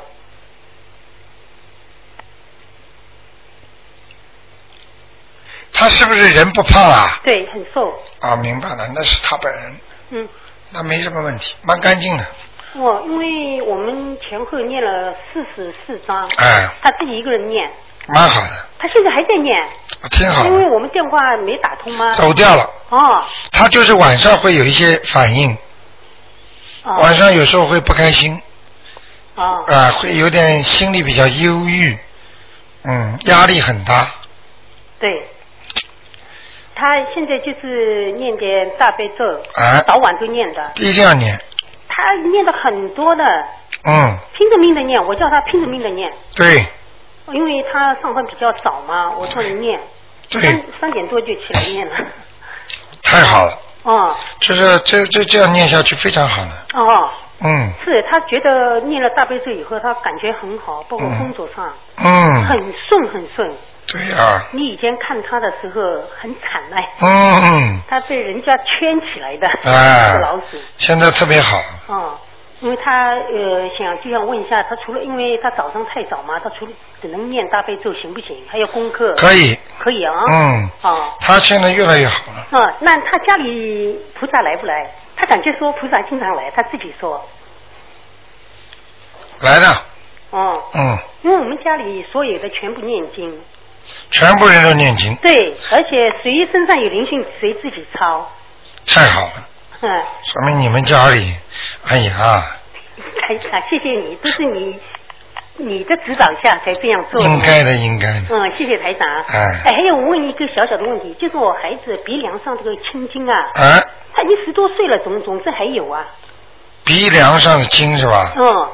Speaker 1: 他是不是人不胖啊？
Speaker 11: 对，很瘦。
Speaker 1: 啊，明白了，那是他本人，
Speaker 11: 嗯，
Speaker 1: 那没什么问题，蛮干净的。
Speaker 11: 我因为我们前后念了四十四章，
Speaker 1: 哎，
Speaker 11: 他自己一个人念，
Speaker 1: 蛮好的，
Speaker 11: 他现在还在念，
Speaker 1: 挺好
Speaker 11: 因为
Speaker 1: 的。
Speaker 11: 我们电话没打通吗？
Speaker 1: 啊走掉了，
Speaker 11: 哦，
Speaker 1: 他就是晚上会有一些反应，
Speaker 11: 哦
Speaker 1: 晚上有时候会不开心，
Speaker 11: 哦
Speaker 1: 啊、，会有点心里比较忧郁，嗯，压力很大，
Speaker 11: 对。他现在就是念点大悲咒，
Speaker 1: 哎
Speaker 11: 早晚都念的。
Speaker 1: 一定要念，
Speaker 11: 他念的很多的，
Speaker 1: 嗯，
Speaker 11: 拼着命的念，我叫他拼着命的念，
Speaker 1: 对哦
Speaker 11: 因为他上班比较早嘛，我说你念，
Speaker 1: 对，
Speaker 11: 三三点多就起来念了。
Speaker 1: 太好了，
Speaker 11: 哦
Speaker 1: 这是这这这样念下去非常好的，
Speaker 11: 哦，
Speaker 1: 嗯
Speaker 11: 是他觉得念了大悲咒以后，他感觉很好，包括
Speaker 1: 嗯
Speaker 11: 工作上、
Speaker 1: 嗯，
Speaker 11: 很顺很顺。
Speaker 1: 对呀、
Speaker 11: 你以前看他的时候很惨哎，
Speaker 1: 嗯嗯，
Speaker 11: 他被人家圈起来的，
Speaker 1: 哎
Speaker 11: 是老鼠。
Speaker 1: 现在特别好，
Speaker 11: 哦，因为他呃想就想问一下，他除了因为他早上太早嘛，他除了只能念大悲咒行不行？还有功课。
Speaker 1: 可以。
Speaker 11: 可以啊。
Speaker 1: 嗯
Speaker 11: 哦。
Speaker 1: 他现在越来越好了，
Speaker 11: 啊，那他家里菩萨来不来？他感觉说菩萨经常来，他自己说。
Speaker 1: 来的，
Speaker 11: 哦，
Speaker 1: 嗯，
Speaker 11: 因为我们家里所有的全部念经，
Speaker 1: 全部人都念经，
Speaker 11: 对，而且谁身上有灵性谁自己抄，
Speaker 1: 太好了，
Speaker 11: 嗯，
Speaker 1: 说明你们家里，哎呀，
Speaker 11: 台长，哎谢谢你，都是你你的指导下才这样做。
Speaker 1: 应该的应该的，
Speaker 11: 嗯，谢谢台长。
Speaker 1: 哎
Speaker 11: 还有我问你一个小小的问题，就是我孩子鼻梁上这个青筋啊，
Speaker 1: 啊，
Speaker 11: 他已经十多岁了，总总之还有啊。
Speaker 1: 鼻梁上的筋是吧？
Speaker 11: 嗯，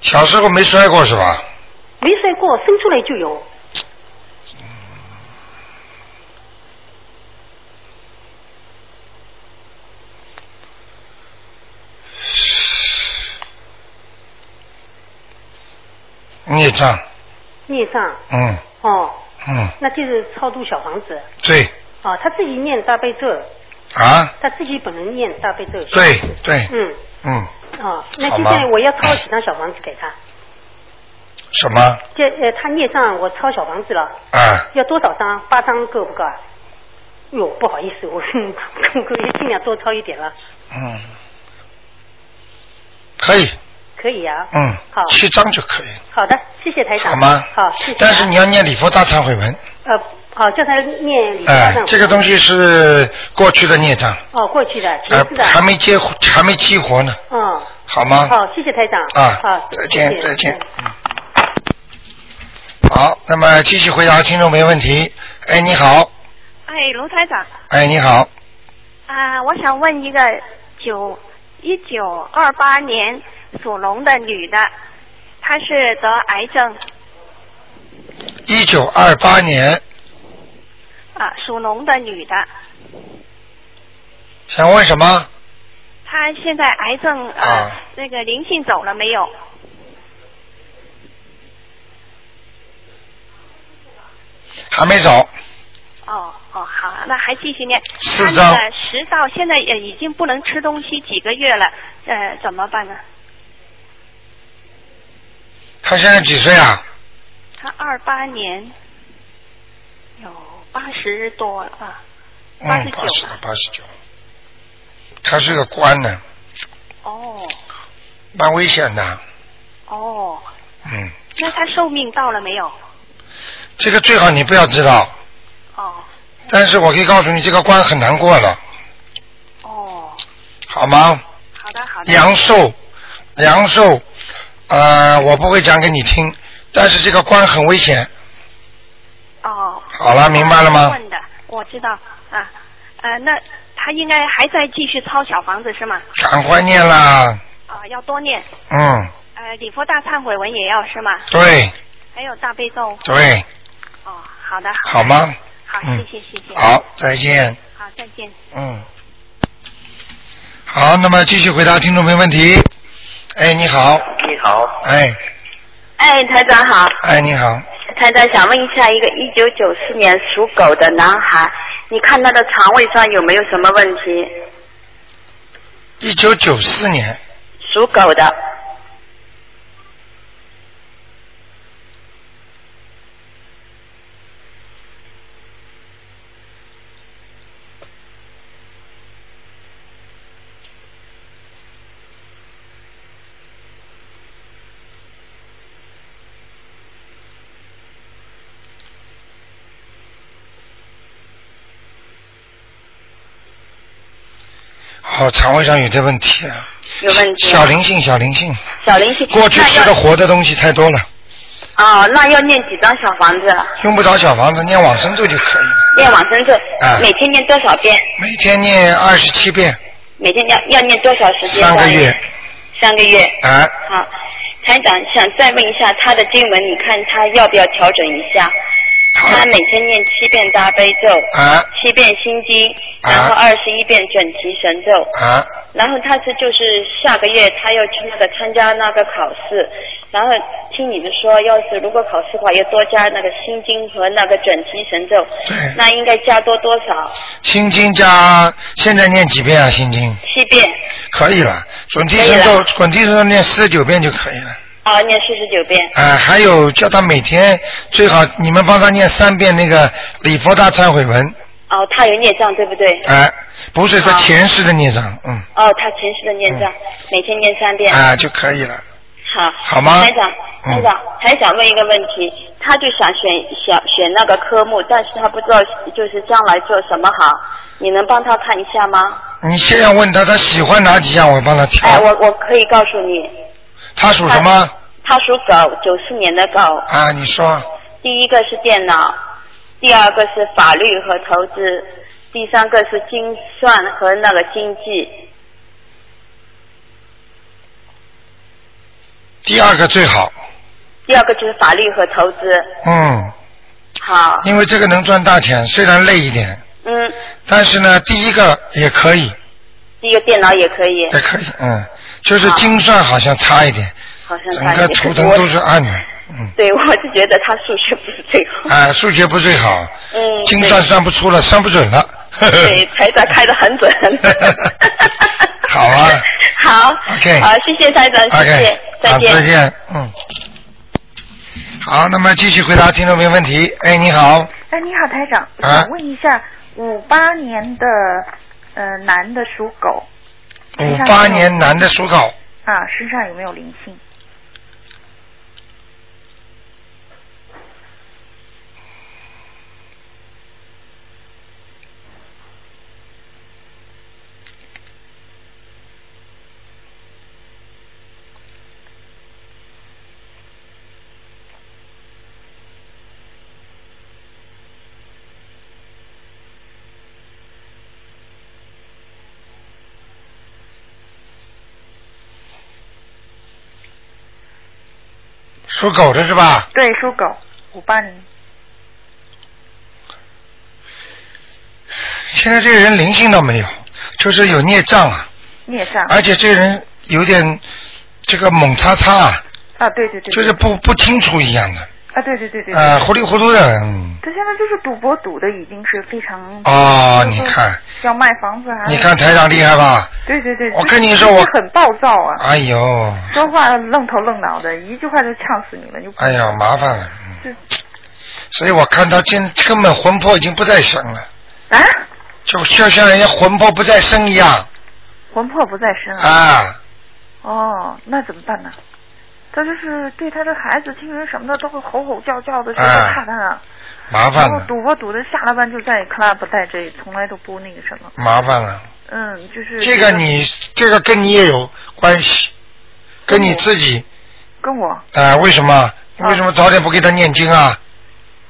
Speaker 1: 小时候没摔过是吧？
Speaker 11: 没摔过，生出来就有。
Speaker 1: 孽障，
Speaker 11: 孽障
Speaker 1: 嗯
Speaker 11: 哦，
Speaker 1: 嗯，
Speaker 11: 那就是超度小房子
Speaker 1: 对
Speaker 11: 啊，他自己念大悲咒，
Speaker 1: 啊，
Speaker 11: 他自己本人念大悲咒。
Speaker 1: 对对，
Speaker 11: 嗯，
Speaker 1: 嗯，
Speaker 11: 哦，那
Speaker 1: 好
Speaker 11: 现
Speaker 1: 吗
Speaker 11: 在我要抄几张小房子给他？
Speaker 1: 什么
Speaker 11: 这呃，他孽障我抄小房子了，
Speaker 1: 啊？
Speaker 11: 要多少张？八张够不够啊？哟，不好意思，我 <laughs> 我也尽量多抄一点了，
Speaker 1: 嗯，可以，
Speaker 11: 可以啊。
Speaker 1: 嗯
Speaker 11: 好，
Speaker 1: 七张就可以了，
Speaker 11: 好的，谢谢台长。
Speaker 1: 好吗？
Speaker 11: 好，谢谢啊。
Speaker 1: 但是你要念礼佛大忏悔文，
Speaker 11: 呃，好，叫他念礼佛大
Speaker 1: 哎
Speaker 11: 忏悔文，
Speaker 1: 这个东西是过去的孽障，
Speaker 11: 哦，过去的，前
Speaker 1: 呃
Speaker 11: 世的。，
Speaker 1: 还没接还没激活呢，
Speaker 11: 嗯。
Speaker 1: 好吗？
Speaker 11: 好，谢谢台长。
Speaker 1: 啊
Speaker 11: 好，
Speaker 1: 再见
Speaker 11: 谢谢
Speaker 1: 再见。
Speaker 12: 嗯
Speaker 1: 好，那么继续回答听众没问题。哎，你好，
Speaker 12: 哎，卢台长
Speaker 1: 哎，你好，
Speaker 12: 啊、我想问一个九一九二八年属龙的女的，她是得癌症
Speaker 1: 一九二八年，
Speaker 12: 啊、属龙的女的，
Speaker 1: 想问什么？
Speaker 12: 她现在癌症呃、
Speaker 1: 啊
Speaker 12: 那个灵性走了没有？
Speaker 1: 还没走，
Speaker 12: 哦哦，好，那还继续念。
Speaker 1: 四
Speaker 12: 她
Speaker 1: 张
Speaker 12: 那个食道现在也已经不能吃东西几个月了，呃，怎么办呢？
Speaker 1: 他现在几岁啊？
Speaker 12: 她二八年有八十多了啊吧？
Speaker 1: 嗯，
Speaker 12: 八十九
Speaker 1: 八十八十九，他是个官呢，
Speaker 12: 哦
Speaker 1: 蛮危险的。
Speaker 12: 哦，
Speaker 1: 嗯，
Speaker 12: 那她寿命到了没有？
Speaker 1: 这个最好你不要知道。
Speaker 12: 哦
Speaker 1: 但是我可以告诉你，这个官很难过了，
Speaker 12: 哦，
Speaker 1: 好吗？
Speaker 12: 好的好的。
Speaker 1: 阳寿，阳寿，呃，我不会讲给你听，但是这个官很危险。
Speaker 12: 哦。
Speaker 1: 好了明白了吗
Speaker 12: 问的，我知道啊，呃，那她应该还在继续抄小房子是吗？
Speaker 1: 赶快念啦，
Speaker 12: 啊、要多念，
Speaker 1: 嗯，
Speaker 12: 呃，礼佛大忏悔文也要是吗？
Speaker 1: 对
Speaker 12: 还有大悲咒。
Speaker 1: 对，
Speaker 12: 哦，好的好
Speaker 1: 好？
Speaker 12: 的。
Speaker 1: 吗？
Speaker 12: 好，
Speaker 1: 嗯
Speaker 12: 谢谢谢谢。
Speaker 1: 好，再见，
Speaker 12: 好，再见。
Speaker 1: 嗯。好，那么继续回答听众朋友问题。哎，你好，
Speaker 8: 你好，
Speaker 1: 哎，
Speaker 6: 哎，台长好，
Speaker 1: 哎，你好，
Speaker 6: 台长想问一下，一个一九九四年属狗的男孩，你看他的肠胃上有没有什么问题？
Speaker 1: 一九九四年，
Speaker 6: 属狗的，
Speaker 1: 哦，肠胃上有点问题啊，
Speaker 6: 有问题啊
Speaker 1: 小灵性，小灵性，
Speaker 6: 小灵性。
Speaker 1: 过去
Speaker 6: 那
Speaker 1: 吃
Speaker 6: 要
Speaker 1: 的活的东西太多了，
Speaker 6: 哦，那要念几张小房子？
Speaker 1: 用不着小房子，念往生咒就可以了，
Speaker 6: 念往生咒，
Speaker 1: 啊
Speaker 6: 每天念多少遍？
Speaker 1: 每天念二十七遍，
Speaker 6: 每天要要念多少时间？
Speaker 1: 三个月，
Speaker 6: 三个月。
Speaker 1: 啊，
Speaker 6: 好，台长想再问一下他的经文，你看他要不要调整一下？他每天念七遍大悲咒，
Speaker 1: 啊
Speaker 6: 七遍心经，然后二十一遍准提神咒，
Speaker 1: 啊
Speaker 6: 然后他是就是下个月他要去那个参加那个考试，然后听你们说，要是如果考试的话，要多加那个心经和那个准提神咒，那应该加多多少？
Speaker 1: 心经加现在念几遍啊？心经
Speaker 6: 七遍
Speaker 1: 可以了，准提
Speaker 6: 可以
Speaker 1: 神咒
Speaker 6: 了
Speaker 1: 准提神咒念四十九遍就可以了。
Speaker 6: 啊，念四十九遍。
Speaker 1: 啊，还有叫他每天最好你们帮他念三遍那个礼佛大忏悔文，
Speaker 6: 哦，他有孽障对不对？
Speaker 1: 哎、不是他
Speaker 6: 好
Speaker 1: 前世的孽障，嗯，
Speaker 6: 哦，他前世的孽障，每天念三遍。
Speaker 1: 啊就可以了。
Speaker 6: 好，
Speaker 1: 好吗
Speaker 6: 台长，
Speaker 1: 嗯
Speaker 6: 台长，还想问一个问题，他就想选想选那个科目，但是他不知道就是将来做什么好，你能帮他看一下吗？
Speaker 1: 你先要问他他喜欢哪几样，我帮他挑。
Speaker 6: 哎，我我可以告诉你，
Speaker 1: 他属什么？
Speaker 6: 他属狗，九四年的狗，
Speaker 1: 啊，你说
Speaker 6: 第一个是电脑，第二个是法律和投资，第三个是精算和那个经济。
Speaker 1: 第二个最好，
Speaker 6: 第二个就是法律和投资，
Speaker 1: 嗯，
Speaker 6: 好，
Speaker 1: 因为这个能赚大钱，虽然累一点，
Speaker 6: 嗯，
Speaker 1: 但是呢，第一个也可以，
Speaker 6: 第一个电脑也可以，
Speaker 1: 也可以，嗯，就是精算好像差一点，
Speaker 6: 好像
Speaker 1: 整
Speaker 6: 他
Speaker 1: 个
Speaker 6: 也
Speaker 1: 图
Speaker 6: 我
Speaker 1: 腾都是暗的，嗯，
Speaker 6: <laughs> 对，我是觉得他数学不是最好。
Speaker 1: 啊，数学不最好，
Speaker 6: 嗯，
Speaker 1: 精算
Speaker 6: 对
Speaker 1: 算不出了，算不准了，呵呵
Speaker 6: 对，
Speaker 1: <laughs>
Speaker 6: 台长开的很准。 <laughs>
Speaker 1: 好啊
Speaker 6: 好
Speaker 1: OK
Speaker 6: 好，谢谢台长，谢谢
Speaker 1: ，OK，，好，
Speaker 6: 见，
Speaker 1: 再见，嗯。好，那么继续回答听众朋友问题。哎，你好，
Speaker 10: 哎，你好，台长，我
Speaker 1: 啊
Speaker 10: 想问一下，五八年的呃男的属狗
Speaker 1: 五
Speaker 10: 身上有没有
Speaker 1: 八年男的属狗，
Speaker 10: 啊，身上有没有灵性？
Speaker 1: 属狗的是吧？
Speaker 10: 对，属狗，五八年。
Speaker 1: 现在这个人灵性倒没有，就是有孽障啊，
Speaker 10: 孽障。
Speaker 1: 而且这人有点这个猛叉叉啊，
Speaker 10: 啊，对对对。
Speaker 1: 就是不不清楚一样的，
Speaker 10: 啊，对对对对。
Speaker 1: 呃，糊里糊涂的。嗯
Speaker 10: 他现在就是赌博赌的已经是非常。
Speaker 1: 哦你看。
Speaker 10: 要卖房子还。
Speaker 1: 你看台长厉害吧？
Speaker 10: 对对对。
Speaker 1: 我
Speaker 10: 就是
Speaker 1: 跟你说我
Speaker 10: 就是很暴躁啊，
Speaker 1: 哎呦，
Speaker 10: 说话愣头愣脑的，一句话就呛死你了，就。
Speaker 1: 哎呀，麻烦了。
Speaker 10: 是
Speaker 1: 嗯。所以我看他今根本魂魄已经不在身了，
Speaker 10: 啊，
Speaker 1: 就就像人家魂魄不在身一样
Speaker 10: 魂魄不在身了。
Speaker 1: 啊。
Speaker 10: 哦，那怎么办呢？他就是对他的孩子、亲人什么的都会吼吼叫叫的，
Speaker 1: 啊
Speaker 10: 就是怕他啊。
Speaker 1: 麻烦
Speaker 10: 然后
Speaker 1: 了，
Speaker 10: 赌博赌的下了班就在 club 待着，从来都不那个什么。
Speaker 1: 麻烦了。
Speaker 10: 嗯，就是
Speaker 1: 这个你这个跟你也有关系，跟你自己
Speaker 10: 跟我
Speaker 1: 啊、为什么？你为什么早点不给他念经啊？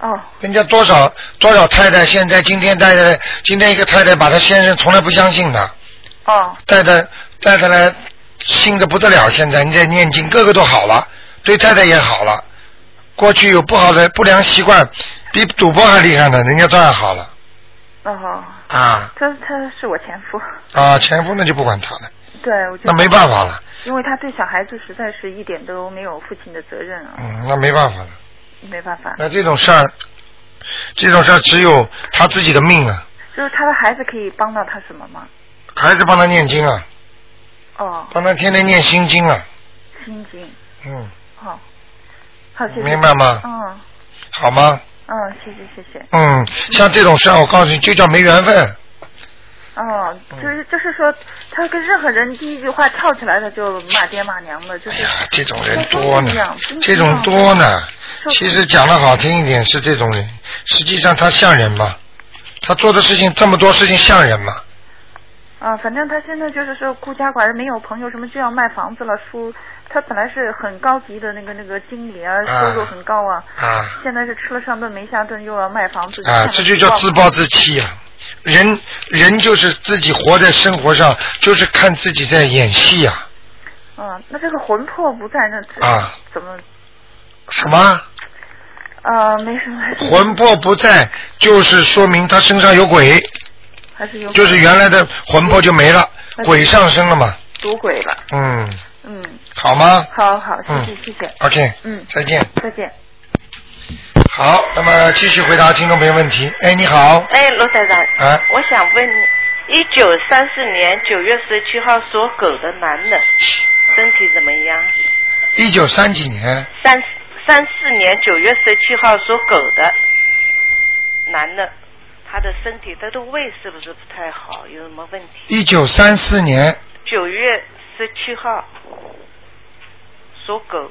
Speaker 10: 哦，
Speaker 1: 人家多少多少太太，现在今天带着今天一个太太把她先生从来不相信的，
Speaker 10: 哦
Speaker 1: 带着带着来信的不得了。现在你在念经，个个都好了，对太太也好了。过去有不好的不良习惯，比赌博还厉害呢，人家照样好了
Speaker 10: 哦，
Speaker 1: 啊
Speaker 10: 他他是我前夫，
Speaker 1: 啊！前夫那就不管他了，
Speaker 10: 对，我就
Speaker 1: 那没办法了，
Speaker 10: 因为他对小孩子实在是一点都没有父亲的责任啊，
Speaker 1: 嗯，那没办法了。
Speaker 10: 没办法，
Speaker 1: 那这种事儿，这种事儿只有他自己的命啊，
Speaker 10: 就是他的孩子可以帮到他什么吗？
Speaker 1: 还是帮他念经啊，
Speaker 10: 哦，
Speaker 1: 帮他天天念心经啊，
Speaker 10: 心经，
Speaker 1: 嗯，
Speaker 8: 哦
Speaker 10: 好，好，谢谢，
Speaker 1: 明白吗
Speaker 10: 嗯
Speaker 1: 好吗？
Speaker 10: 嗯，谢谢谢谢，
Speaker 1: 嗯，像这种事儿，我告诉你，就叫没缘分。
Speaker 10: 哦，
Speaker 1: 嗯
Speaker 10: 就是就是说，他跟任何人第一句话跳起来他就骂爹骂娘的，就是
Speaker 1: 哎这种人多呢
Speaker 10: 这样真，的
Speaker 1: 这种多呢。其实讲的好听一点是这种人，实际上他像人吗？他做的事情这么多事情像人吗？
Speaker 10: 啊，反正他现在就是说孤家寡人，没有朋友，什么就要卖房子了，书，他本来是很高级的那个那个经理啊，收入很高啊，
Speaker 1: 啊
Speaker 10: 现在是吃了上顿没下顿，又要卖房子
Speaker 1: 啊，这就叫自暴自。弃啊！人人就是自己活在生活上，就是看自己在演戏啊
Speaker 10: 嗯，那这个魂魄不在那，
Speaker 1: 啊！
Speaker 10: 怎么
Speaker 1: 什么？
Speaker 10: 呃，没什么，
Speaker 1: 魂魄不在，就是说明他身上有鬼，
Speaker 10: 还是有
Speaker 1: 就是原来的魂魄就没了，
Speaker 10: 嗯
Speaker 1: 鬼上身了嘛。
Speaker 10: 赌鬼了。
Speaker 1: 嗯，
Speaker 10: 嗯，
Speaker 1: 好吗
Speaker 10: 好好，谢谢、
Speaker 1: 嗯
Speaker 10: 谢谢。
Speaker 1: ？OK，
Speaker 10: 嗯，
Speaker 1: 再见。
Speaker 10: 再见。
Speaker 1: 好，那么继续回答听众朋友问题。哎，你好，
Speaker 8: 哎，罗台长，
Speaker 1: 啊，
Speaker 8: 我想问你，一九三四年九月十七号属狗的男的，身体怎么样？
Speaker 1: 一九三几年，
Speaker 8: 三三四年九月十七号属狗的男的，他的身体他的胃是不是不太好？有什么问题？
Speaker 1: 一九三四年，
Speaker 8: 九月十七号属狗，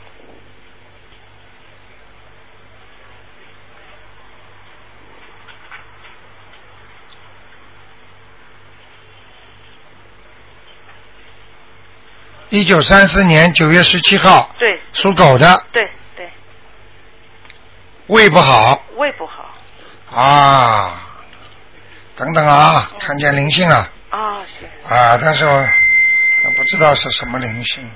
Speaker 1: 一九三四年九月十七号，
Speaker 8: 对，
Speaker 1: 属狗的，
Speaker 8: 对对，
Speaker 1: 胃不好
Speaker 8: 胃不好
Speaker 1: 啊。等等啊，看见灵性了
Speaker 8: 啊，行
Speaker 1: 啊，但是我我不知道是什么灵性。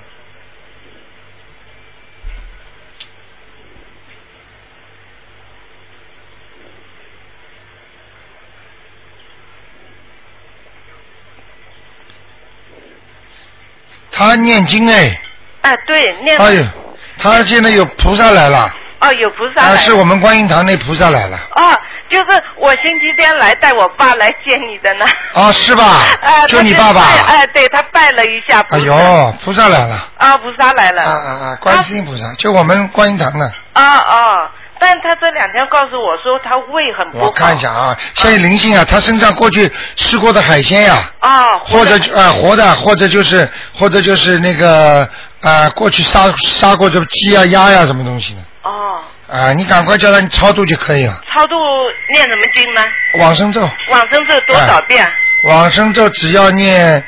Speaker 1: 他念经哎，
Speaker 8: 哎，对，念
Speaker 1: 哎呦，他现在有菩萨来了，
Speaker 8: 哦，有菩萨
Speaker 1: 啊，
Speaker 8: 来
Speaker 1: 是我们观音堂那菩萨来了，
Speaker 8: 哦，就是我星期天来带我爸来见你的呢。
Speaker 1: 啊，
Speaker 8: <laughs>
Speaker 1: 是吧
Speaker 8: 哎、？
Speaker 1: 就你爸
Speaker 8: 他
Speaker 1: 爸，
Speaker 8: 拜哎、对他拜了一下啊菩
Speaker 1: 哎
Speaker 8: 萨。
Speaker 1: 呦，菩萨来了，
Speaker 8: 啊，菩萨来了。
Speaker 1: 啊啊啊，观世音菩萨，就我们观音堂的。
Speaker 8: 啊啊！但他这两天告诉我说他胃很不好
Speaker 1: 我看一下啊，现在灵性啊，他身上过去吃过的海鲜呀、
Speaker 8: 啊，
Speaker 1: 或者就啊、活的，或者就是或者就是那个啊、过去杀杀过的鸡啊、鸭呀、什么东西的
Speaker 8: 哦，
Speaker 1: 啊、你赶快叫他超度就可以了。
Speaker 8: 超度念什么经呢？
Speaker 1: 往生咒，哎
Speaker 8: 往生咒多少遍？
Speaker 1: 往生咒只要念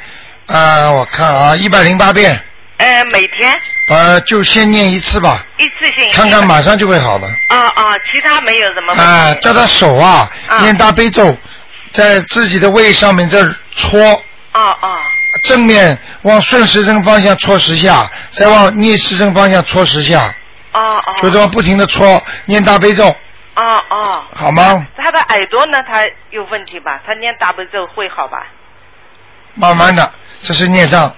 Speaker 1: 啊、我看啊，一百零八遍，
Speaker 8: 呃，每天
Speaker 1: 呃，就先念一次吧，
Speaker 8: 一次性。
Speaker 1: 看看马上就会好了。
Speaker 8: 啊啊，其他没有什么问题。
Speaker 1: 啊，叫他手啊，
Speaker 8: 嗯
Speaker 1: 念大悲咒，在自己的胃上面这儿戳。啊啊。
Speaker 8: 哦
Speaker 1: 正面往顺时针方向戳十下，再往逆时针方向戳十下。
Speaker 8: 啊啊。
Speaker 1: 就这么不停的戳，念大悲咒，
Speaker 8: 啊啊。
Speaker 1: 好吗？
Speaker 8: 他的耳朵呢？他有问题吧？他念大悲咒会好吧？
Speaker 1: 慢慢的，这是孽障。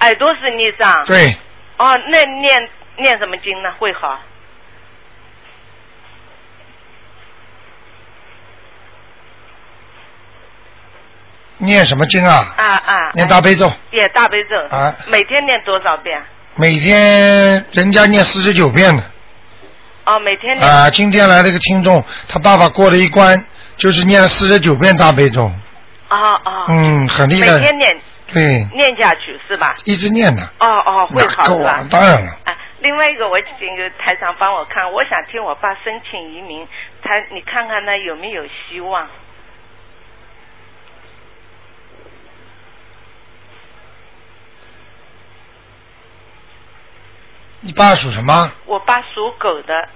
Speaker 8: 耳朵是孽障。。
Speaker 1: 对，
Speaker 8: 哦，那念念什么经呢？会好？
Speaker 1: 念什么经啊？
Speaker 8: 啊啊。
Speaker 1: 念大悲咒
Speaker 8: 也大悲咒。
Speaker 1: 啊。
Speaker 8: 每天念多少遍？
Speaker 1: 每天人家念四十九遍的。
Speaker 8: 哦，每天念。
Speaker 1: 啊，今天来了一个听众，他爸爸过了一关，就是念了四十九遍大悲咒。
Speaker 8: 啊啊。
Speaker 1: 嗯，很厉害。
Speaker 8: 每天念
Speaker 1: 对，
Speaker 8: 念下去是吧？
Speaker 1: 一直念的。
Speaker 8: 哦哦，会
Speaker 1: 哪
Speaker 8: 好
Speaker 1: 够
Speaker 8: 是吧
Speaker 1: 啊？？当然了，
Speaker 8: 另外一个，我请个台长帮我看，我想替我爸申请移民，他你看看他有没有希望？
Speaker 1: 你爸属什么？
Speaker 8: 我爸属狗的，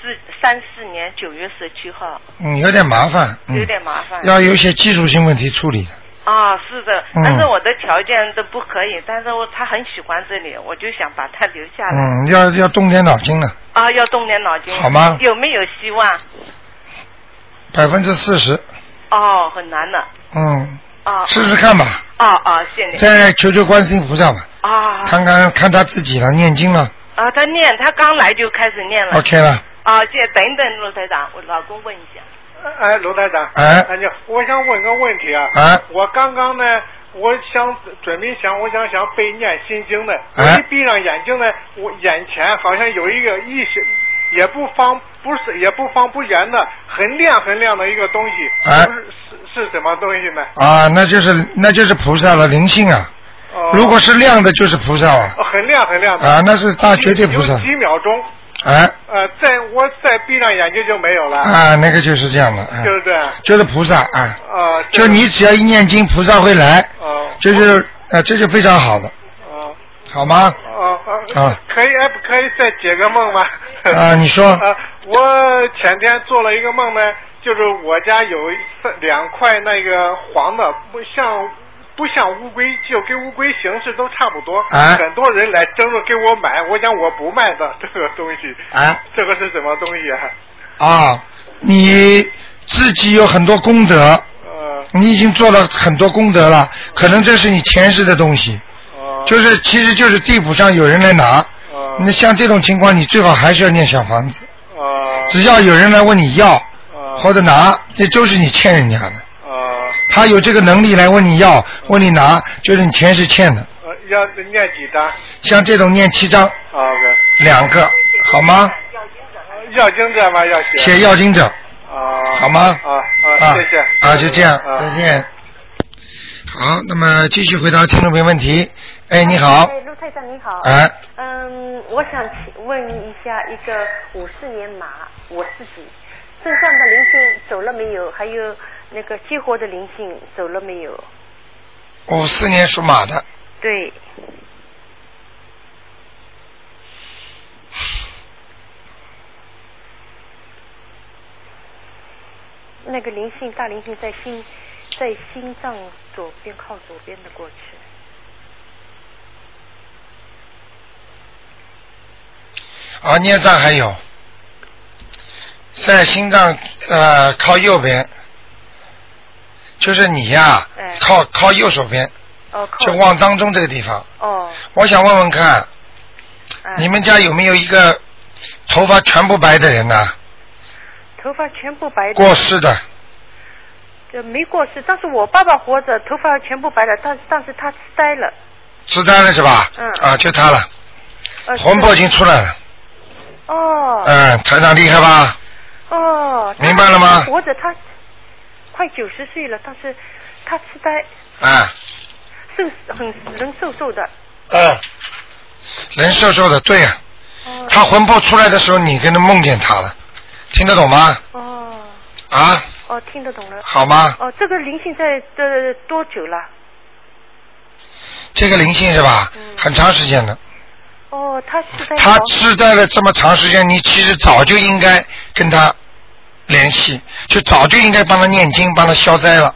Speaker 8: 四三四年九月十七号，
Speaker 1: 嗯，有点麻烦，嗯，
Speaker 8: 有点麻烦。
Speaker 1: 要有一些技术性问题处理的。
Speaker 8: 啊、是的，
Speaker 1: 嗯
Speaker 8: 但是我的条件都不可以，但是我他很喜欢这里，我就想把他留下来。
Speaker 1: 嗯，要要动点脑筋的，
Speaker 8: 啊，要动点脑筋。
Speaker 1: 好吗
Speaker 8: 有没有希望？
Speaker 1: 百分之四十，
Speaker 8: 哦，很难的。
Speaker 1: 嗯，
Speaker 8: 啊。
Speaker 1: 试试看吧。
Speaker 8: 啊啊，谢谢。
Speaker 1: 再求求观世音菩萨吧，
Speaker 8: 啊
Speaker 1: 看看看他自己了，念经了
Speaker 8: 啊，他念，他刚来就开始
Speaker 13: 嗯
Speaker 8: 念了。
Speaker 1: ，OK 了，
Speaker 8: 啊，这等一等，罗台长，我老公问一下。
Speaker 13: 哎，卢台长，
Speaker 1: 哎
Speaker 13: 你好，我想问个问题啊，
Speaker 1: 哎
Speaker 13: 我刚刚呢，我想准备想，我想想背念心经呢，我
Speaker 1: 哎
Speaker 13: 一闭上眼睛呢，我眼前好像有一个意识，也不方不是也不方不圆的，很亮很亮的一个东西，
Speaker 1: 哎
Speaker 13: 不是是是什么东西呢？
Speaker 1: 啊，那就是那就是菩萨了，灵性啊，如果是亮的，就是菩萨了，
Speaker 13: 哦，很亮很亮的
Speaker 1: 啊那是大绝对菩萨
Speaker 13: 有几秒钟，
Speaker 1: 哎
Speaker 13: 呃，再我再闭上眼睛就没有了
Speaker 1: 啊，那个就是这样的，啊
Speaker 13: 哦就是这样。
Speaker 1: 就是菩萨啊，
Speaker 13: 啊，
Speaker 1: 就你只要一念经，菩萨会来，
Speaker 13: 哦
Speaker 1: 这就是啊，这就非常好的，
Speaker 13: 哦
Speaker 1: 好吗？
Speaker 13: 哦哦
Speaker 1: 啊
Speaker 13: 可以哎，不可以再解个梦吗？ <laughs>
Speaker 1: 啊你说
Speaker 13: 啊，我前天做了一个梦呢，就是我家有三两块那个黄的，不像不像乌龟，就跟乌龟形式都差不多。
Speaker 1: 哎
Speaker 13: 很多人来争着给我买，我讲我不卖的这个东西。
Speaker 1: 哎
Speaker 13: 这个是什么东西啊？
Speaker 1: 啊，你自己有很多功德，
Speaker 13: 呃
Speaker 1: 你已经做了很多功德了，可能这是你前世的东西，
Speaker 13: 呃
Speaker 1: 就是其实就是地府上有人来拿，那像这种情况，你最好还是要念小房子，
Speaker 13: 呃
Speaker 1: 只要有人来问你要或者拿，这就是你欠人家的，
Speaker 13: 呃
Speaker 1: 他有这个能力来问你要问你拿，就是你前世欠的，
Speaker 13: 呃，要念几张？
Speaker 1: 像这种念七章
Speaker 13: 好的。
Speaker 1: 两个好吗？
Speaker 13: 要经者吗？要写。
Speaker 1: 写要经者。
Speaker 13: 啊。
Speaker 1: 好吗
Speaker 13: 啊啊，谢谢。
Speaker 1: 啊，就这样，
Speaker 13: 啊
Speaker 1: 再见。好，那么继续回答听众朋友问题。哎，你好，
Speaker 14: 哎，陆太太你好。
Speaker 1: 哎
Speaker 14: 嗯，我想请问一下，一个五四年马，我自己身上的灵性走了没有？还有那个激活的灵性走了没有？
Speaker 1: 五哦四年属马的，
Speaker 14: 对， <sighs> 那个灵性大灵性在心在心脏左边靠左边的过去。
Speaker 1: 啊，孽障还有，在心脏呃靠右边，就是你呀、靠靠右手边，
Speaker 14: 哦，哎靠
Speaker 1: 就往当中这个地方。
Speaker 14: 哦，啊
Speaker 1: 我想问问看，
Speaker 14: 哎
Speaker 1: 你们家有没有一个头发全部白的人呢、
Speaker 14: 头发全部白的。
Speaker 1: 过世的。
Speaker 14: 呃，没过世，但是我爸爸活着，头发全部白的，但但是他痴呆了，
Speaker 1: 痴呆了是吧？
Speaker 14: 嗯
Speaker 1: 啊，就他了，
Speaker 14: 呃，
Speaker 1: 魂魄已经出来了。
Speaker 14: 哦。
Speaker 1: 嗯，台长厉害吧？
Speaker 14: 哦。他
Speaker 1: 明白了吗
Speaker 14: 他活着，他快九十岁了，但是他痴呆，
Speaker 1: 啊，
Speaker 14: 瘦很人瘦瘦的。
Speaker 1: 嗯，人瘦瘦的，对呀、
Speaker 14: 嗯哦
Speaker 1: 他魂魄出来的时候，你跟他梦见他了，听得懂吗？
Speaker 14: 哦
Speaker 1: 啊，
Speaker 14: 哦，听得懂了。
Speaker 1: 好吗
Speaker 14: 哦，这个灵性在这、多久了？
Speaker 1: 这个灵性是吧？
Speaker 14: 嗯
Speaker 1: 很长时间了。
Speaker 14: 哦，他痴呆。
Speaker 1: 他痴呆了这么长时间，你其实早就应该跟他联系，就早就应该帮他念经，帮他消灾了。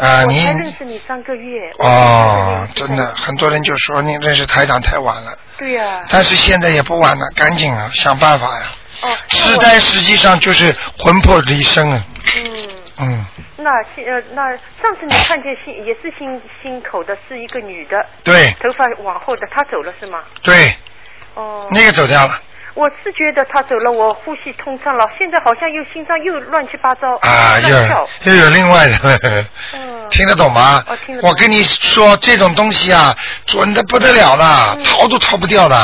Speaker 1: 啊、
Speaker 14: 哦我
Speaker 1: 你
Speaker 14: 才认识你三个月。
Speaker 1: 哦，真的，很多人就说你认识台长太晚了，
Speaker 14: 对呀、
Speaker 1: 但是现在也不晚了，赶紧啊，想办法呀。
Speaker 14: 哦，那
Speaker 1: 痴
Speaker 14: 我
Speaker 1: 呆实际上就是魂魄离身啊。嗯。嗯，
Speaker 14: 那现呃，那上次你看见新也是新新口的，是一个女的，
Speaker 1: 对
Speaker 14: 头发往后的，她走了是吗？
Speaker 1: 对，
Speaker 14: 哦，
Speaker 1: 那个走掉了
Speaker 14: 我是觉得她走了，我呼吸通畅了，现在好像又心脏又乱七八糟
Speaker 1: 啊，又
Speaker 14: 乱跳，
Speaker 1: 又有另外的。听得懂吗？
Speaker 14: 哦听得懂
Speaker 1: 我跟你说，这种东西啊，准的不得了的，逃都逃不掉的。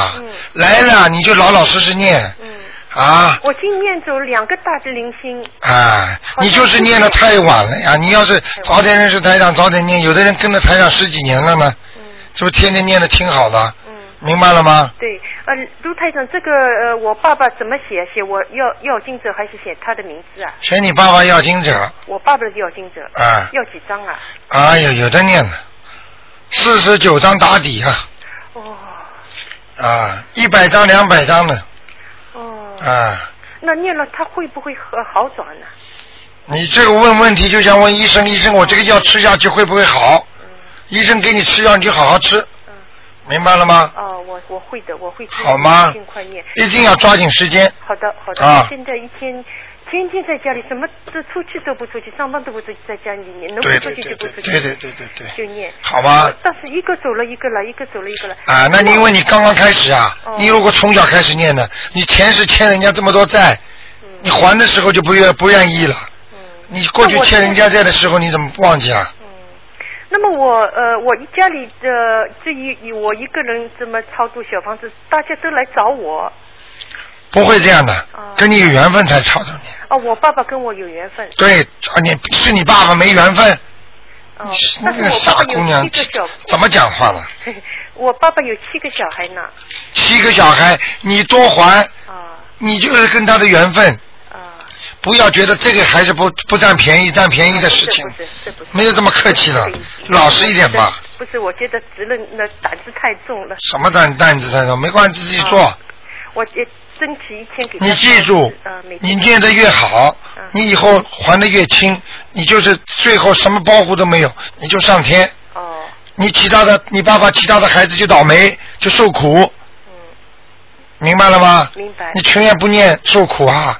Speaker 1: 来了你就老老实实念。
Speaker 14: 嗯
Speaker 1: 啊，
Speaker 14: 我今年走两个大的零星，
Speaker 1: 哎，你就是念的太晚了呀！你要是早点认识台长，早点念，有的人跟着台长十几年了呢，
Speaker 14: 嗯
Speaker 1: 是不是天天念的挺好的？明白了吗？
Speaker 14: 对，呃，卢台长，这个呃，我爸爸怎么写？写我要要经者还是写他的名字啊？
Speaker 1: 写你爸爸要经者
Speaker 14: 我爸爸的要经者，
Speaker 1: 啊
Speaker 14: 要几张啊？
Speaker 1: 哎呀，有的念了，四十九章打底啊，
Speaker 14: 哦
Speaker 1: 啊，一百章、两百章的
Speaker 14: 哦，
Speaker 1: 啊。
Speaker 14: 那念了他会不会好好转啊呢、
Speaker 1: 你这个问问题就像问医生，医生我这个药吃下去会不会好？医生给你吃药，你就好好吃，明白了吗？
Speaker 14: 哦，我我会的，我会尽
Speaker 1: 好吗
Speaker 14: 尽快念，
Speaker 1: 一定要抓紧时间
Speaker 14: 好的，好的。
Speaker 1: 啊
Speaker 14: 现在一天天天在家里，什么都出去都不出去，上班都不出去，在家里念，能不
Speaker 1: 对
Speaker 14: 出去
Speaker 1: 对
Speaker 14: 就不出去，
Speaker 1: 对对对对对
Speaker 14: 就念，
Speaker 1: 好吗
Speaker 14: 呃但是一个走了一个了，一个走了一个了。
Speaker 1: 啊，那你因为你刚刚开始啊，你如果从小开始念的，你前世欠人家这么多债，你还的时候就不愿不愿意了。
Speaker 14: 嗯
Speaker 1: 你过去
Speaker 14: 那我
Speaker 1: 欠人家债的时候，你怎么不忘记啊？
Speaker 14: 那么我呃，我一家里的这一以我一个人这么操作小房子，大家都来找我。
Speaker 1: 不会这样的，跟你有缘分才吵的。
Speaker 14: 哦，我爸爸跟我有缘分。
Speaker 1: 对，啊，你是你爸爸没缘分，
Speaker 14: 哦，
Speaker 1: 那
Speaker 14: 但是
Speaker 1: 个
Speaker 14: 我
Speaker 1: 傻
Speaker 14: 爸爸
Speaker 1: 姑
Speaker 14: 有
Speaker 1: 娘
Speaker 14: 七个小， <laughs>
Speaker 1: 怎么讲话了？
Speaker 14: 我爸爸有七个小孩呢。啊
Speaker 1: 七个小孩，你多还，你就是跟他的缘分。不要觉得这个还是不不占便宜，占便宜的事
Speaker 14: 哦
Speaker 1: 情，没有这么客气的，老实一点吧。
Speaker 14: 不是，我觉得责任那胆子太重了。
Speaker 1: 什么担担子担子，没关系，自己做。
Speaker 14: 我也争取一哦天给他
Speaker 1: 你记住
Speaker 14: 呃，每，
Speaker 1: 你
Speaker 14: 天
Speaker 1: 念的越好，
Speaker 14: 嗯
Speaker 1: 你以后还的越轻，你就是最后什么包袱都没有，你就上天。
Speaker 14: 哦
Speaker 1: 你其他的你爸爸其他的孩子就倒霉就受苦。嗯。明白了吗？
Speaker 14: 明白
Speaker 1: 你全也不念受苦啊，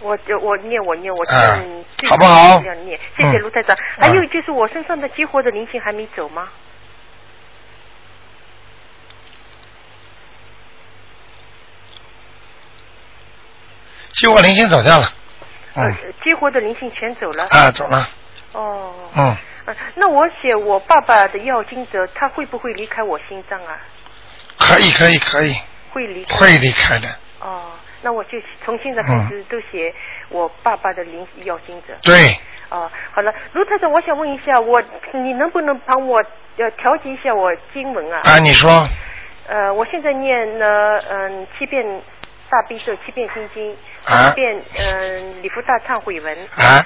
Speaker 14: 我我念我念我
Speaker 1: 啊
Speaker 14: 尽尽
Speaker 1: 好不好
Speaker 14: 量念，谢谢
Speaker 1: 嗯
Speaker 14: 卢台长。还有就是我身上的激活的灵性还没走吗？
Speaker 1: 结果灵性走掉了。嗯
Speaker 14: 呃，激活的灵性全走了。
Speaker 1: 啊，走了。
Speaker 14: 哦，
Speaker 1: 嗯，
Speaker 14: 呃那我写我爸爸的要经者，他会不会离开我心脏啊？
Speaker 1: 可以可以可以，
Speaker 14: 会离开。
Speaker 1: 会离开的。
Speaker 14: 哦，那我就从现在开始都写我爸爸的灵要经者。
Speaker 1: 对，
Speaker 14: 哦，好了，卢太太，我想问一下，我你能不能帮我呃调节一下我经文啊？
Speaker 1: 啊，你说
Speaker 14: 呃，我现在念呢，嗯、七遍大悲咒，七遍心经，
Speaker 1: 啊
Speaker 14: 七遍嗯、礼佛大忏悔文，
Speaker 1: 啊，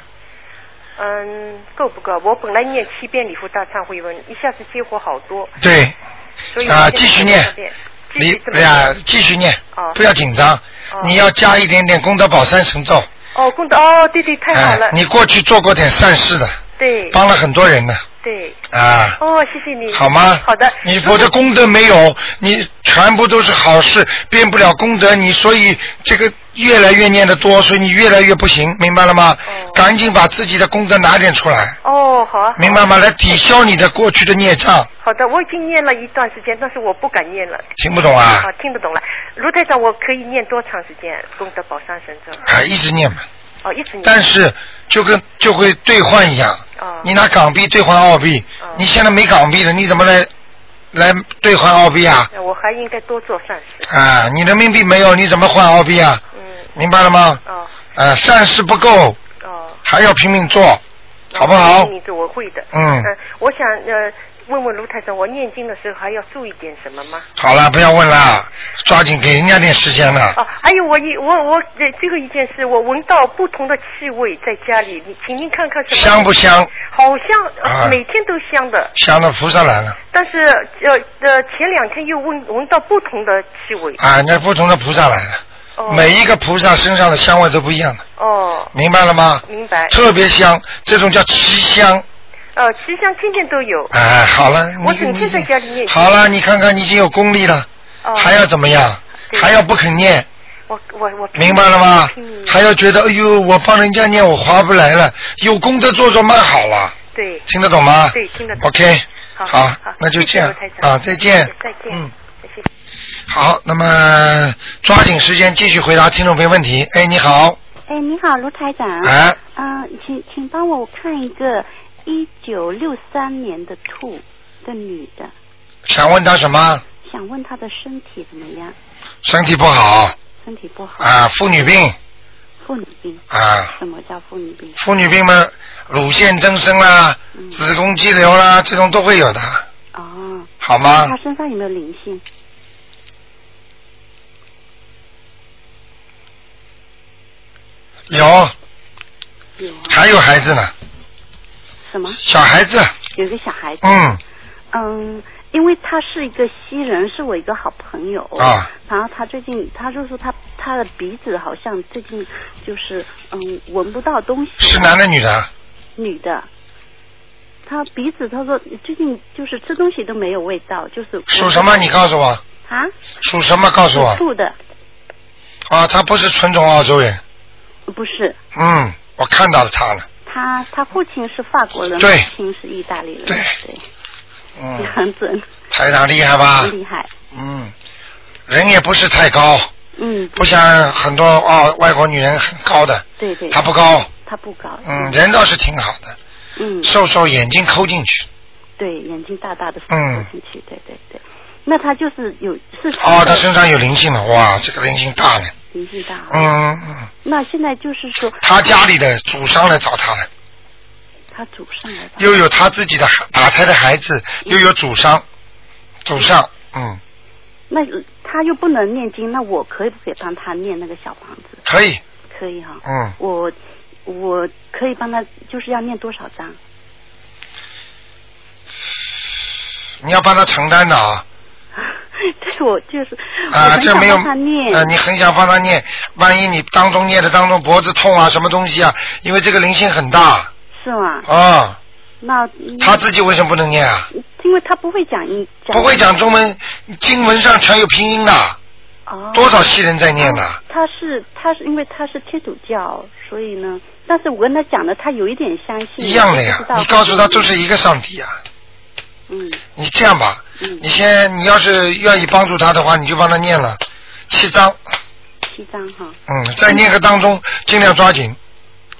Speaker 14: 嗯、够不够？我本来念七遍礼佛大忏悔文，一下子激活好多，
Speaker 1: 对，
Speaker 14: 所以
Speaker 1: 啊
Speaker 14: 我现在
Speaker 1: 继续
Speaker 14: 念
Speaker 1: 念
Speaker 14: 多遍，继
Speaker 1: 你哎
Speaker 14: 续这么
Speaker 1: 呀
Speaker 14: 念，
Speaker 1: 继续念
Speaker 14: 哦，
Speaker 1: 不要紧张，你要加一点点功德宝山神咒。
Speaker 14: 哦，功德哦，对对，太好
Speaker 1: 哎
Speaker 14: 了，，
Speaker 1: 你过去做过点善事的，
Speaker 14: 对，
Speaker 1: 帮了很多人的
Speaker 14: 对，
Speaker 1: 啊。
Speaker 14: 哦，谢谢你，
Speaker 1: 好吗？
Speaker 14: 好的，
Speaker 1: 你否则功德没有，你全部都是好事，变不了功德，你所以这个越来越念的多，所以你越来越不行，明白了吗？赶紧把自己的功德拿点出来，
Speaker 14: 哦，好啊，
Speaker 1: 明白吗？来抵消你的过去的孽障，
Speaker 14: 好的，我已经念了一段时间，但是我不敢念了。
Speaker 1: 听不懂啊？
Speaker 14: 啊，听得懂了。卢台长，我可以念多长时间功德宝山神咒？
Speaker 1: 啊，一直念嘛。
Speaker 14: 哦，一直念。
Speaker 1: 但是就跟就会兑换一样，
Speaker 14: 哦
Speaker 1: 你拿港币兑换澳币，你现在没港币了，你怎么来来兑换澳币啊？
Speaker 14: 那我还应该多做善事。嗯
Speaker 1: 啊，你人民币没有，你怎么换澳币啊？明白了吗？
Speaker 14: 哦。
Speaker 1: 啊，善事不够。
Speaker 14: 哦。
Speaker 1: 还要拼命做，好不好？
Speaker 14: 你这我会的。
Speaker 1: 嗯
Speaker 14: 我想呃问问卢台长，我念经的时候还要注意点什么吗？
Speaker 1: 好了，不要问了，抓紧给人家点时间了。
Speaker 14: 哦，还有我一我我呃最后一件事，我闻到不同的气味在家里，你请您看看什么
Speaker 1: 香不香？
Speaker 14: 好像、呃
Speaker 1: 啊
Speaker 14: 每天都香的，
Speaker 1: 香的菩萨来了
Speaker 14: 但是呃呃前两天又闻闻到不同的气味。
Speaker 1: 啊，那不同的菩萨来了，
Speaker 14: 嗯哦、
Speaker 1: 每一个菩萨身上的香味都不一样的，
Speaker 14: 哦，
Speaker 1: 明白了吗？
Speaker 14: 明白。
Speaker 1: 特别香，这种叫奇香。
Speaker 14: 呃，其实像天天都有。
Speaker 1: 哎，好了，
Speaker 14: 我
Speaker 1: 你
Speaker 14: 整天在
Speaker 1: 你
Speaker 14: 家里念。
Speaker 1: 好了，你看看你已经有功力了，
Speaker 14: 哦嗯
Speaker 1: 还要怎么样？还要不肯念，
Speaker 14: 我我我拼
Speaker 1: 明白了吗
Speaker 14: 拼命？
Speaker 1: 还要觉得哎呦，我帮人家念我划不来了，有功德做做蛮好了。
Speaker 14: 对。
Speaker 1: 听得懂吗
Speaker 14: 对，听得懂。
Speaker 1: OK，
Speaker 14: 好，
Speaker 1: 好那就
Speaker 14: 谢谢
Speaker 1: 这样
Speaker 14: 罗台长
Speaker 1: 啊再见
Speaker 14: 谢谢再见。
Speaker 1: 嗯好，那么抓紧时间继续回答听众朋友问题。哎，你好，
Speaker 15: 哎，你好，卢台长。
Speaker 1: 哎
Speaker 15: 嗯、请请帮我看一个一九六三年的兔的女的，
Speaker 1: 想问他什么？
Speaker 15: 想问她的身体怎么样？
Speaker 1: 身体不好
Speaker 15: 身体不好，
Speaker 1: 啊，妇女病
Speaker 15: 妇女病。
Speaker 1: 啊，
Speaker 15: 什么叫妇女病？嗯
Speaker 1: 妇女病嘛，乳腺增生啦、子宫肌瘤啦，这种都会有的，
Speaker 15: 哦。
Speaker 1: 好吗
Speaker 15: 她？身上有没有灵性？啊
Speaker 1: 有，
Speaker 15: 有。
Speaker 1: 还有孩子呢，
Speaker 15: 什么？
Speaker 1: 小孩子，
Speaker 15: 有一个小孩子。
Speaker 1: 嗯
Speaker 15: 嗯，因为他是一个西人，是我一个好朋友。
Speaker 1: 啊。
Speaker 15: 哦然后他最近，他就说他他的鼻子好像最近就是嗯闻不到东西。
Speaker 1: 是男的女的？
Speaker 15: 女的。他鼻子，他说最近就是吃东西都没有味道，就是
Speaker 1: 属什么？你告诉我，
Speaker 15: 啊？
Speaker 1: 属什么？告诉我
Speaker 15: 属兔的，
Speaker 1: 啊，他不是纯种澳洲人，
Speaker 15: 不是
Speaker 1: 嗯，我看到了他了，
Speaker 15: 他，他父亲是法国人，
Speaker 1: 对
Speaker 15: 母亲是意大利人，对，
Speaker 1: 嗯
Speaker 15: <laughs> 也，很准，
Speaker 1: 台长厉害吧？
Speaker 15: 厉害，
Speaker 1: 嗯，人也不是太高，
Speaker 15: 嗯，
Speaker 1: 不像很多哦外国女人很高的，
Speaker 15: 对对，
Speaker 1: 她不高，
Speaker 15: 他不高，
Speaker 1: 嗯，人倒是挺好的，
Speaker 15: 嗯，
Speaker 1: 瘦瘦眼睛抠进去，
Speaker 15: 对，眼睛大大的，
Speaker 1: 嗯，
Speaker 15: 去，对对对，那他就是有是
Speaker 1: 哦，她身上有灵性了，哇，这个灵性大了，
Speaker 15: 灵性大，
Speaker 1: 嗯，嗯
Speaker 15: 那现在就是说
Speaker 1: 她家里的祖上来找她了，
Speaker 15: 他祖上来，
Speaker 1: 又有她自己的孩打胎的孩子，
Speaker 15: 嗯
Speaker 1: 又有祖上，祖上，嗯，
Speaker 15: 那呃他又不能念经，那我可以不可以帮他念那个小房子？
Speaker 1: 可以，
Speaker 15: 可以哈、
Speaker 1: 嗯，
Speaker 15: 我我可以帮他，就是要念多少 <laughs> 章？
Speaker 1: 你要帮她承担的啊，
Speaker 15: 对，我就是
Speaker 1: 啊，
Speaker 15: 我很
Speaker 1: 这
Speaker 15: 想
Speaker 1: 没有
Speaker 15: 帮他念，
Speaker 1: 啊，你很想帮他念，万一你当中念的当中脖子痛啊，什么东西啊，因为这个灵性很大
Speaker 15: 是吗？
Speaker 1: 啊，
Speaker 15: 那嗯
Speaker 1: 他自己为什么不能念啊？
Speaker 15: 因为他不会讲英，
Speaker 1: 不会讲中文，经文上全有拼音的，
Speaker 15: 哦
Speaker 1: 多少西人在念呢？
Speaker 15: 他是他是因为他是天主教，所以呢，但是我跟他讲了，他有一点相信。
Speaker 1: 一样的呀
Speaker 15: 不知道，
Speaker 1: 你告诉他都是一个上帝呀、啊
Speaker 15: 嗯。
Speaker 1: 你这样吧，你先，你要是愿意帮助他的话，你就帮他念了七章，
Speaker 15: 七张哈，
Speaker 1: 嗯，在念个当中尽量抓紧，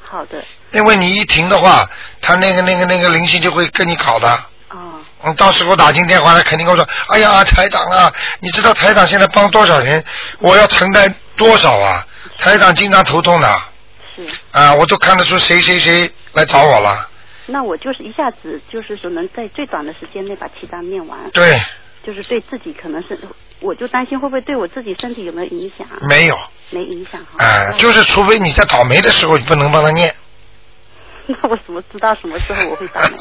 Speaker 15: 好的，
Speaker 1: 因为你一停的话，他那个那个那个灵性就会跟你搞的。
Speaker 15: 哦。
Speaker 1: 嗯，到时候打进电话来，肯定跟我说：“哎呀，台长啊，你知道台长现在帮多少人，我要承担多少啊？台长经常头痛的。”
Speaker 15: 是。
Speaker 1: 啊，我都看得出谁谁谁来找我了。
Speaker 15: 那我就是一下子就是说能在最短的时间内把七张念完。
Speaker 1: 对，
Speaker 15: 就是对自己可能是，我就担心会不会对我自己身体有没有影响？
Speaker 1: 没有，
Speaker 15: 没影响哈。
Speaker 1: 啊，就是除非你在倒霉的时候，你不能帮他念，
Speaker 15: <laughs>
Speaker 1: <laughs>
Speaker 15: 那我怎么知道什么时候我会倒
Speaker 1: <laughs>
Speaker 15: 霉？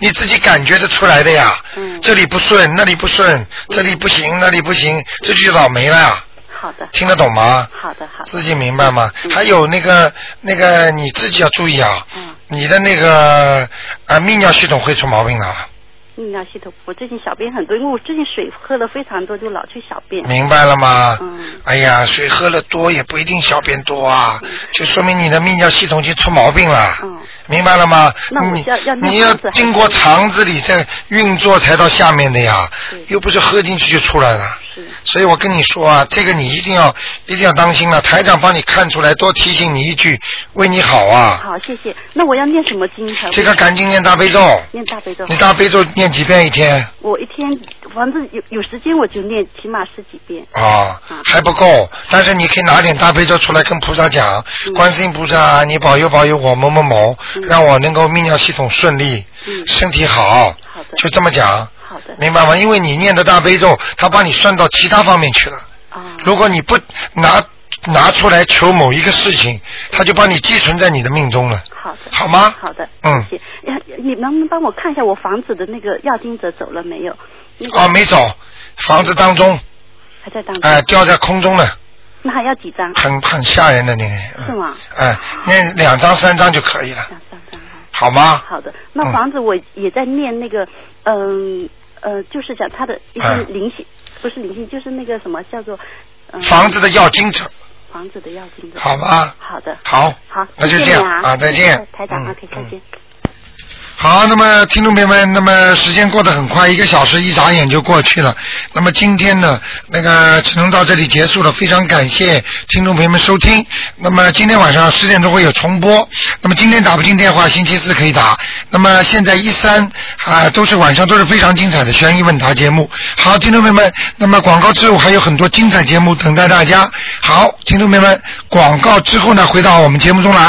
Speaker 1: 你自己感觉得出来的呀。嗯。这里不顺，那里不顺，这里不行，那里不行，这就倒霉了呀。
Speaker 15: 好的。
Speaker 1: 听得懂吗？
Speaker 15: 好的，好的。嗯
Speaker 1: 自己明白吗？还有那个那个，你自己要注意啊，你的那个啊泌尿系统会出毛病的啊，
Speaker 15: 泌尿系统，我最近小便很多，因为我最近水喝了非常多，就老去小便。
Speaker 1: 明白了吗？哎呀，水喝了多也不一定小便多啊，就说明你的泌尿系统已经出毛病
Speaker 15: 嗯
Speaker 1: 了。明白了吗？
Speaker 15: 那我
Speaker 1: 你
Speaker 15: 要要
Speaker 1: 你
Speaker 15: 尿
Speaker 1: 要
Speaker 15: 裤子还是
Speaker 1: 经过肠子里再运作才到下面的呀，又不是喝进去就出来了。所以我跟你说啊，这个你一定要一定要当心了、啊台长帮你看出来，多提醒你一句，为你好啊。
Speaker 15: 好，谢谢。那我要念什么经才？
Speaker 1: 这个嗯赶紧念大悲咒
Speaker 15: 念大悲咒。
Speaker 1: 你大悲咒念几遍一天
Speaker 15: 我一天，反正有有时间我就念，起码十几遍。
Speaker 1: 啊、还不够，但是你可以拿点大悲咒出来跟菩萨讲，观世音菩萨，你保佑保佑我某某某，让我能够泌尿系统顺利，身体好，就这么讲，明白吗？因为你念的大悲咒，它帮你算到其他方面去了。
Speaker 15: 啊
Speaker 6: 嗯
Speaker 1: 如果你不拿拿出来求某一个事情，它就帮你积存在你的命中了，
Speaker 6: 嗯
Speaker 15: 好的。
Speaker 1: 好吗？
Speaker 15: 好的，
Speaker 1: 嗯，
Speaker 15: 谢谢。呀你能不能帮我看一下我房子的那个要经者走了没有？那个
Speaker 1: 啊，没走，房子当中，
Speaker 15: 还在当
Speaker 6: 嗯
Speaker 15: 中。
Speaker 1: 哎、掉在空中了，
Speaker 15: 那还要几张？
Speaker 1: 很很吓人的那个人。嗯
Speaker 15: 是吗？
Speaker 1: 哎，那两张三张就可以了，好吗？
Speaker 15: 好的，那房
Speaker 1: 嗯
Speaker 15: 子我也在念那个，嗯呃就是讲它的一些
Speaker 1: 嗯
Speaker 15: 灵性，不是灵性，就是那个什么叫做、嗯
Speaker 1: 房子的要经者，
Speaker 15: 房子的要经者。
Speaker 1: 好吧
Speaker 15: 好的。
Speaker 1: 好
Speaker 15: 好，
Speaker 1: 那就
Speaker 15: 谢
Speaker 1: 这
Speaker 15: 谢
Speaker 1: 样
Speaker 15: 你啊
Speaker 1: 啊再见
Speaker 15: 谢谢台长
Speaker 1: 嗯
Speaker 15: OK，再见。
Speaker 1: 好，那么听众朋友们，那么时间过得很快，一个小时一眨眼就过去了。那么今天呢，那个只能到这里结束了，非常感谢听众朋友们收听。那么今天晚上十点钟会有重播。那么今天打不进电话，星期四可以打。那么现在一三啊都是晚上都是非常精彩的悬疑问答节目。好，听众朋友们，那么广告之后还有很多精彩节目等待大家。好，听众朋友们，广告之后呢，回到我们节目中来。